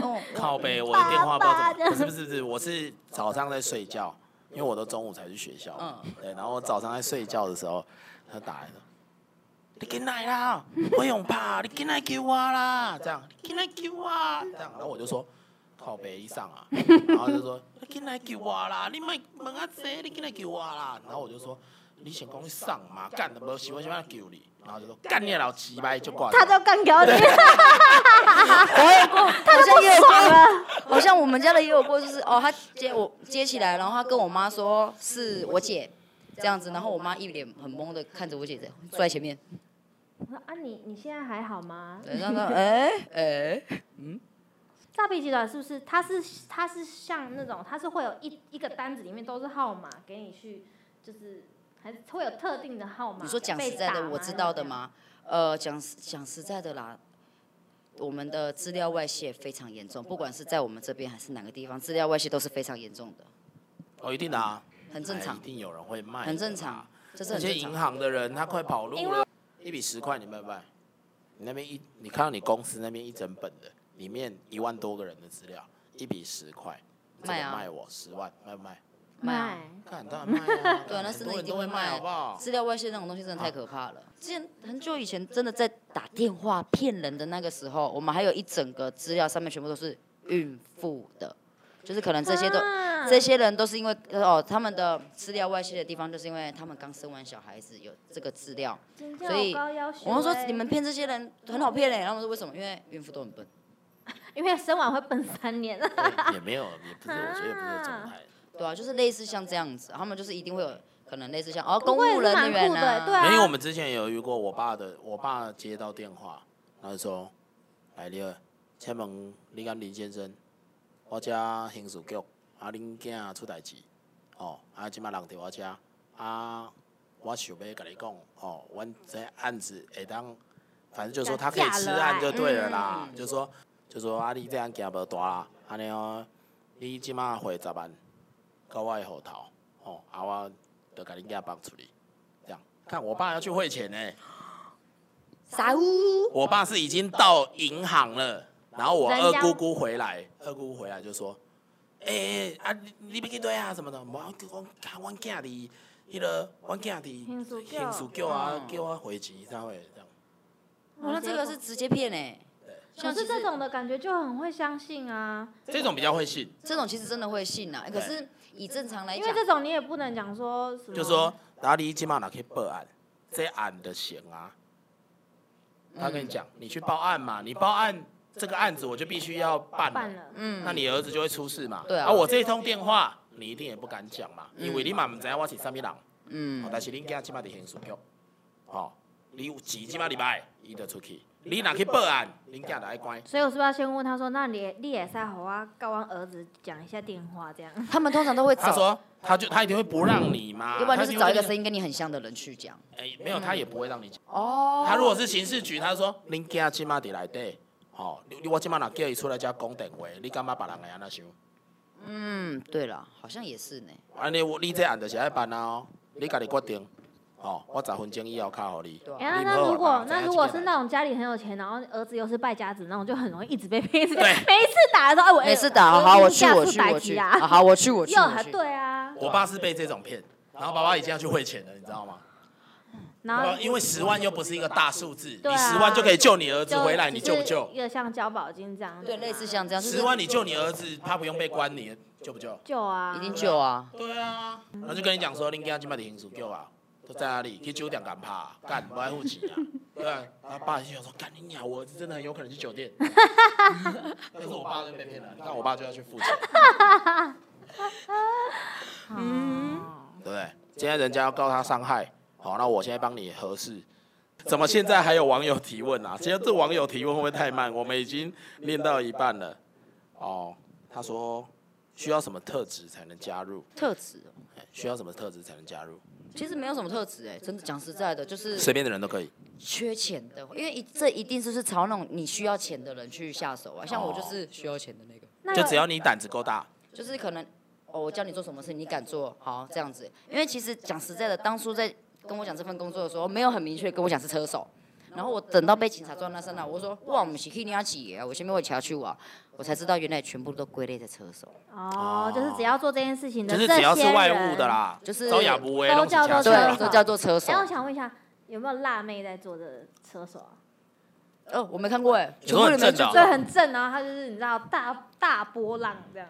[SPEAKER 3] 哦，
[SPEAKER 1] 靠背，我的电话不知
[SPEAKER 2] 爸
[SPEAKER 1] 道怎
[SPEAKER 2] 爸
[SPEAKER 1] 么，不是不是不是，我是早上在睡觉，因为我都中午才去学校，
[SPEAKER 3] 嗯
[SPEAKER 1] 对，然后我早上在睡觉的时候，他打来了，你进来啦，我用怕，你进来救我啦，这样，你进来救我啊，这样，然后我就说。靠北一上啊，然后就说你进来救我啦，你莫问啊这，你进来救我啦。然后我就说你先讲你上嘛，干的没喜欢喜欢救你，然后就说干你老鸡掰就挂了。
[SPEAKER 2] 他都干掉 [laughs] 你，
[SPEAKER 3] 哎好像也有
[SPEAKER 2] 爽
[SPEAKER 3] 过， [laughs]
[SPEAKER 2] 了。
[SPEAKER 3] 好像我们家的也有过，就是哦，他接我接起来，然后他跟我妈说是我姐这样子，然后我妈一脸很懵的看着我姐姐坐在前面，
[SPEAKER 2] 我说啊，你你现在还好吗？
[SPEAKER 3] 对，然后她说哎哎，
[SPEAKER 2] 诈骗集团是不是？他是他是像那种，他是会有一一个单子里面都是号码给你去，就是还是会有特定的号码。
[SPEAKER 3] 你说讲实在的，我知道的？吗？呃，讲实讲实在的啦。我们的资料外泄非常严重，不管是在我们这边还是哪个地方，资料外泄都是非常严重的，
[SPEAKER 1] 哦，一定的啊，
[SPEAKER 3] 很正
[SPEAKER 1] 哎
[SPEAKER 3] 常
[SPEAKER 1] 一，定有人会卖，
[SPEAKER 3] 很正常。，这是
[SPEAKER 1] 这
[SPEAKER 3] 很
[SPEAKER 1] 些
[SPEAKER 3] 正
[SPEAKER 1] 银
[SPEAKER 3] 常。
[SPEAKER 1] 行的人他快跑
[SPEAKER 2] 因
[SPEAKER 1] 路
[SPEAKER 2] 为
[SPEAKER 1] 了，一笔十块你卖不卖？你那边一，你看到你公司那边一整本的，里面一万多个人的资料，一笔十块，这个
[SPEAKER 3] 卖啊
[SPEAKER 1] 卖我十万，卖不卖？
[SPEAKER 3] 卖啊
[SPEAKER 2] 卖
[SPEAKER 1] 看当然卖啊，
[SPEAKER 3] 对啊，那
[SPEAKER 1] 很
[SPEAKER 3] 是
[SPEAKER 1] 多
[SPEAKER 3] 那一
[SPEAKER 1] 人
[SPEAKER 3] 定
[SPEAKER 1] 都会卖，
[SPEAKER 3] 卖，
[SPEAKER 1] 好不
[SPEAKER 3] [laughs]
[SPEAKER 1] 好？啊
[SPEAKER 3] 资料外泄那种东西真的太可怕了。之前很久以前，真的在打电话骗人的那个时候，我们还有一整个资料上面全部都是孕妇的，就是可能这些都。
[SPEAKER 2] 啊
[SPEAKER 3] 这些人都是因为呃哦，他们的资料外泄的地方，就是因为他们刚生完小孩子有这个资料。
[SPEAKER 2] 真的
[SPEAKER 3] 所以
[SPEAKER 2] 有高要求
[SPEAKER 3] 我们说
[SPEAKER 2] 欸
[SPEAKER 3] 你们骗这些人很好骗嘞、然后他们说为什么？因为孕妇都很笨。
[SPEAKER 2] 因为生完会笨
[SPEAKER 3] [laughs]
[SPEAKER 2] 三年，
[SPEAKER 1] 也没有，也不是，我觉得也不是这种态度。
[SPEAKER 3] 对啊，就是类似像这样子，他们就是一定会有可能类似像哦公
[SPEAKER 2] 过也
[SPEAKER 3] 务
[SPEAKER 2] 是
[SPEAKER 3] 人
[SPEAKER 2] 蛮
[SPEAKER 3] 员
[SPEAKER 2] 酷的
[SPEAKER 3] 啊，
[SPEAKER 2] 对啊
[SPEAKER 1] 没有，我们之前也有遇过我爸的，我爸接到电话，然后说：“来了，请问你敢林先生，我家刑事局啊，恁囝出代志，哦，啊，即马人伫我家，啊，我想要甲你讲，哦，阮这案子会当，反正就说他可以吃案就对了啦，就说就说啊，你这样行无大啦，安尼哦，你即马回十万，到我的户头，哦，啊我就给你家帮处理，这样。看我爸要去汇钱呢、
[SPEAKER 3] 傻呜，
[SPEAKER 1] 我爸是已经到银行了，然后我
[SPEAKER 2] 人
[SPEAKER 1] 二
[SPEAKER 2] 家
[SPEAKER 1] 姑姑回来，二姑姑回来就说：“哎、欸、啊，你你要去对啊什么的，我我看我囝哩，迄个我囝哩，
[SPEAKER 2] 兴趣局
[SPEAKER 1] 兴趣局啊
[SPEAKER 3] 嗯，
[SPEAKER 1] 叫我回钱，才会这样。
[SPEAKER 3] 哇，
[SPEAKER 1] 啊
[SPEAKER 3] 那这个是直接骗哎。
[SPEAKER 2] 可
[SPEAKER 3] 像
[SPEAKER 2] 是
[SPEAKER 3] 其实
[SPEAKER 2] 这种的感觉就很会相信啊，
[SPEAKER 1] 这种比较会信，
[SPEAKER 3] 这种其实真的会信啊呐、可是以正常来
[SPEAKER 2] 因
[SPEAKER 3] 哎讲
[SPEAKER 2] 为，这种你也不能讲说
[SPEAKER 3] 啊
[SPEAKER 2] 什么，
[SPEAKER 1] 就说哪里今晚哪可以报案，这案的行啊。他跟你讲，你去报案嘛，你报案这个案子我就必须要办
[SPEAKER 2] 办
[SPEAKER 1] 了，
[SPEAKER 2] 了，
[SPEAKER 3] 嗯，
[SPEAKER 1] 那你儿子就会出事嘛。
[SPEAKER 3] 对啊
[SPEAKER 1] 我这一通电话你一定也不敢讲嘛，因为你嘛唔知道我是啥物人。哦
[SPEAKER 3] 嗯，
[SPEAKER 1] 但是恁囝即摆伫现事局，吼、你有钱即摆入来，伊就出去。你若去报案，恁囝就爱关。
[SPEAKER 2] 所以我是不是要先问他说，那你你也在好啊，跟我儿子讲一下电话这样，
[SPEAKER 3] 他们通常都会
[SPEAKER 1] 他
[SPEAKER 3] 找，
[SPEAKER 1] 说，他就他一定会不让你嘛，
[SPEAKER 3] 嗯要不然就是找一个声
[SPEAKER 1] 音。
[SPEAKER 3] 音跟你很像的人去讲。
[SPEAKER 1] 哎、没有，他也不会让你讲。
[SPEAKER 3] 哦，
[SPEAKER 1] 他如果是刑事局，他说恁囝即摆伫内底，吼、你你我即摆若叫伊出来遮讲电话，你感觉别人会安怎想？
[SPEAKER 3] 嗯，对了，好像也是呢。
[SPEAKER 1] 安尼我啊你这案就是爱办啊哦，你家己决定，吼、我十分钟以后敲互你。
[SPEAKER 3] 对啊
[SPEAKER 2] [laughs] 哎、那
[SPEAKER 1] 你
[SPEAKER 2] 那
[SPEAKER 1] 不
[SPEAKER 2] 如
[SPEAKER 1] 好
[SPEAKER 2] 果
[SPEAKER 1] 吧
[SPEAKER 2] 那如果是那种家里很有钱，然后儿子又是败家子那种，就很容易一直
[SPEAKER 1] [laughs]
[SPEAKER 2] 被骗，一直被
[SPEAKER 1] 对
[SPEAKER 2] [laughs] 每一次打的时候，哎、我
[SPEAKER 3] 每次打，好，我去，我去，我去，
[SPEAKER 2] 啊，
[SPEAKER 3] 啊好，我去，我去，
[SPEAKER 2] 又
[SPEAKER 3] 我
[SPEAKER 2] 还
[SPEAKER 3] 去。
[SPEAKER 2] 对啊，
[SPEAKER 1] 我爸是被这种骗，然后爸爸已经要去汇钱了，你知道吗？
[SPEAKER 2] 然后
[SPEAKER 1] 呃因为十万又不是一个大数字，
[SPEAKER 2] 啊对
[SPEAKER 1] 你
[SPEAKER 2] 啊
[SPEAKER 1] 十万就可以救你儿子
[SPEAKER 2] 就
[SPEAKER 1] 回来，你救不
[SPEAKER 2] 只
[SPEAKER 1] 救
[SPEAKER 2] 是？一个像交保金这样啊子嘛，
[SPEAKER 3] 对，类似像这样，就是
[SPEAKER 1] 十万你救你儿子，他不用被关，你救不救？
[SPEAKER 2] 救啊，
[SPEAKER 3] 一定救啊。
[SPEAKER 1] 对啊，然后就跟你讲说，你今今麦的刑事救啊，都在哪里？去酒店干趴，干不爱付钱 [laughs] 啊？对啊，然后爸就想说，干你娘，我儿子真的很有可能去酒 [laughs] 店。但是我爸就被骗了，你看我爸就要去付钱，
[SPEAKER 2] 嗯，
[SPEAKER 1] 对不对？现在人家要告他伤害，好，那我现在帮你核实。怎么现在还有网友提问啊？今天这网友提问会不会太慢？我们已经练到一半了。哦，他说需要什么特质才能加入？
[SPEAKER 3] 特质哦，
[SPEAKER 1] 哎需要什么特质才能加入？
[SPEAKER 3] 其实没有什么特质哎，真的讲实在的，就是
[SPEAKER 1] 随便的人都可以。
[SPEAKER 3] 缺钱的，因为一这一定就是朝那种你需要钱的人去下手啊。像我就是需要钱的那个，
[SPEAKER 2] 那
[SPEAKER 1] 就只要你胆子够大，
[SPEAKER 3] 就是可能哦，我叫你做什么事，你敢做，好这样子。因为其实讲实在的，当初在跟我讲这份工作的时候，没有很明确跟我讲是车手。然后我等到被警察抓到那身上，我说哇，我们是去你阿姐啊，我前面我也骑去啊，我才知道原来全部都归类在车手，
[SPEAKER 2] 哦，就是只要做这件事情的，
[SPEAKER 1] 就是只要是外物的。啦，
[SPEAKER 3] 就是
[SPEAKER 1] 招雅不为
[SPEAKER 2] 都
[SPEAKER 1] 弄
[SPEAKER 2] 叫做车
[SPEAKER 3] 对，啊
[SPEAKER 2] 手
[SPEAKER 3] 都叫做车手
[SPEAKER 2] 哎，。我想问一下，有没有辣妹在做的车手啊？
[SPEAKER 3] 哦，我没看过哎，
[SPEAKER 1] 你说很正的哦
[SPEAKER 2] 对，很正，然后他就是你知道大大波浪
[SPEAKER 1] [laughs]
[SPEAKER 2] 这样，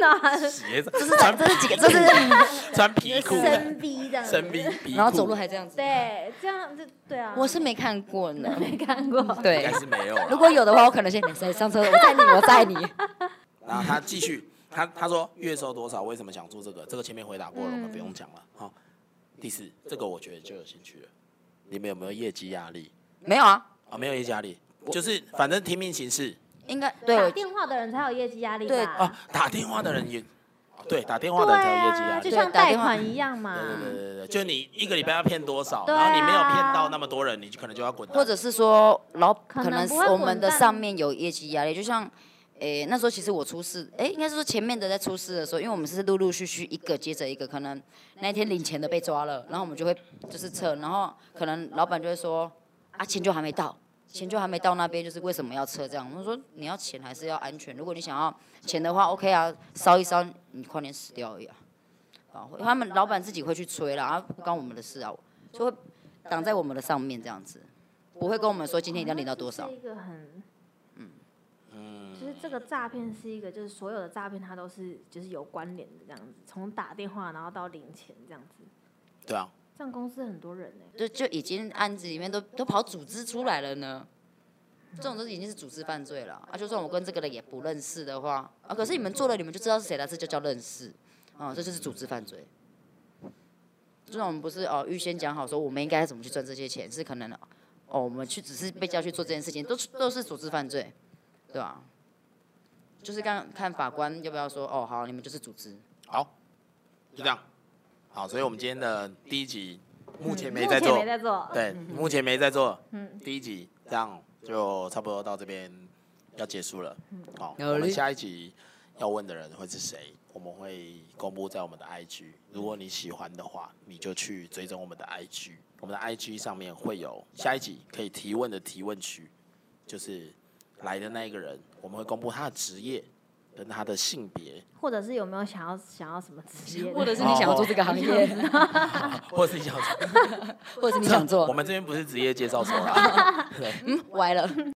[SPEAKER 2] 然后他是
[SPEAKER 1] 鞋子
[SPEAKER 3] 这是
[SPEAKER 1] 穿
[SPEAKER 3] 这是几个，这是，
[SPEAKER 1] [laughs] 穿皮裤、
[SPEAKER 2] 深 V 这样，
[SPEAKER 1] 深 V 皮裤，
[SPEAKER 3] [laughs] 然后走路还这样子。
[SPEAKER 2] 对，这样就对啊。
[SPEAKER 3] 我是没看过呢，
[SPEAKER 2] 没看过，
[SPEAKER 1] 应
[SPEAKER 3] 对
[SPEAKER 1] 该。是没有啦。
[SPEAKER 3] [laughs] 如果有的话，我可能先没事，上车，我载你，我载你。
[SPEAKER 1] 然后他继续，他他说月收多少？为什么想做这个？这个前面回答过了，我们不
[SPEAKER 3] 嗯
[SPEAKER 1] 用讲了。好，第四，这个我觉得就有兴趣了。你们有没有业绩压力？
[SPEAKER 3] 没有啊，
[SPEAKER 1] 啊，没有业绩压力，就是反正听命行事
[SPEAKER 3] 应该对
[SPEAKER 2] 打
[SPEAKER 3] 我
[SPEAKER 2] 电话的人才有业绩压力吧？
[SPEAKER 3] 对
[SPEAKER 1] 啊。打电话的人也，哦对，打电话的
[SPEAKER 2] 对
[SPEAKER 1] 人才有业绩压
[SPEAKER 2] 啊，
[SPEAKER 1] 力
[SPEAKER 2] 就。像
[SPEAKER 3] 对打
[SPEAKER 2] 贷
[SPEAKER 3] 电话
[SPEAKER 2] 款一样嘛。
[SPEAKER 1] 嗯对对对对，就你一个礼拜要骗多少，
[SPEAKER 2] 对啊
[SPEAKER 1] 然后你没有骗到那么多人，你就可能就要滚蛋。
[SPEAKER 3] 或者是说老
[SPEAKER 2] 可
[SPEAKER 3] 可
[SPEAKER 2] 能
[SPEAKER 3] 能
[SPEAKER 2] 不
[SPEAKER 3] 是
[SPEAKER 2] 会
[SPEAKER 3] 我
[SPEAKER 2] 滚
[SPEAKER 3] 们的
[SPEAKER 2] 蛋
[SPEAKER 3] 上面有业绩压力，就像诶、那时候其实我出事，诶、应该是说前面的在出事的时候，因为我们是陆陆续续一个接着一个，可能那一天领钱的被抓了，然后我们就会就是撤，然后可能老板就会说啊钱就还没到。钱就还没到那边，就是为什么要撤这样？我们说你要钱还是要安全？如果你想要钱的话，OK 啊，烧一烧，你快点死掉而已啊。啊，会他们老板自己会去催啦，啊，不关我们的事啊，就会挡在我们的上面这样子，不会跟我们说今天一定要领到多少
[SPEAKER 2] 是。一个很，嗯，就是这个诈骗是一个，就是所有的诈骗它都是就是有关联的这样子，从打电话然后到领钱这样子，
[SPEAKER 1] 对啊，
[SPEAKER 2] 这样公司很多人呢、欸
[SPEAKER 3] 就就已经案子里面都都跑组织出来了呢。这种都已经是组织犯罪了啊！就算我跟这个人也不认识的话啊，可是你们做了，你们就知道是谁了，这就叫认识啊，这就是组织犯罪。就算我们不是哦预先讲好说我们应该怎么去赚这些钱，是可能哦我们去只是被叫去做这件事情，都是都是组织犯罪，对吧、就是刚看法官要不要说哦好，你们就是组织，
[SPEAKER 1] 好，就这样。好，所以我们今天的第一集目前没
[SPEAKER 2] 目
[SPEAKER 1] 在
[SPEAKER 2] 前
[SPEAKER 1] 做，
[SPEAKER 2] 没在做，
[SPEAKER 1] 对，目前没在做。
[SPEAKER 2] 嗯
[SPEAKER 1] 第一集这样就差不多到这边要结束了。好，
[SPEAKER 3] 有
[SPEAKER 1] 我们
[SPEAKER 3] 理
[SPEAKER 1] 下一集要问的人会是谁，我们会公布在我们的 IG。如果你喜欢的话，你就去追踪我们的 IG。我们的 IG 上面会有下一集可以提问的提问区，就是来的那一个人，我们会公布他的职业跟他的性别，
[SPEAKER 2] 或者是有没有想要想要什么职业的？
[SPEAKER 3] 或者是你想要做这个行业，
[SPEAKER 1] 或者是你想做
[SPEAKER 3] 或者是你
[SPEAKER 1] [laughs]
[SPEAKER 3] 想
[SPEAKER 1] 我
[SPEAKER 3] 做，
[SPEAKER 1] 啊们这边不是职业介绍所啦。对
[SPEAKER 3] 歪了。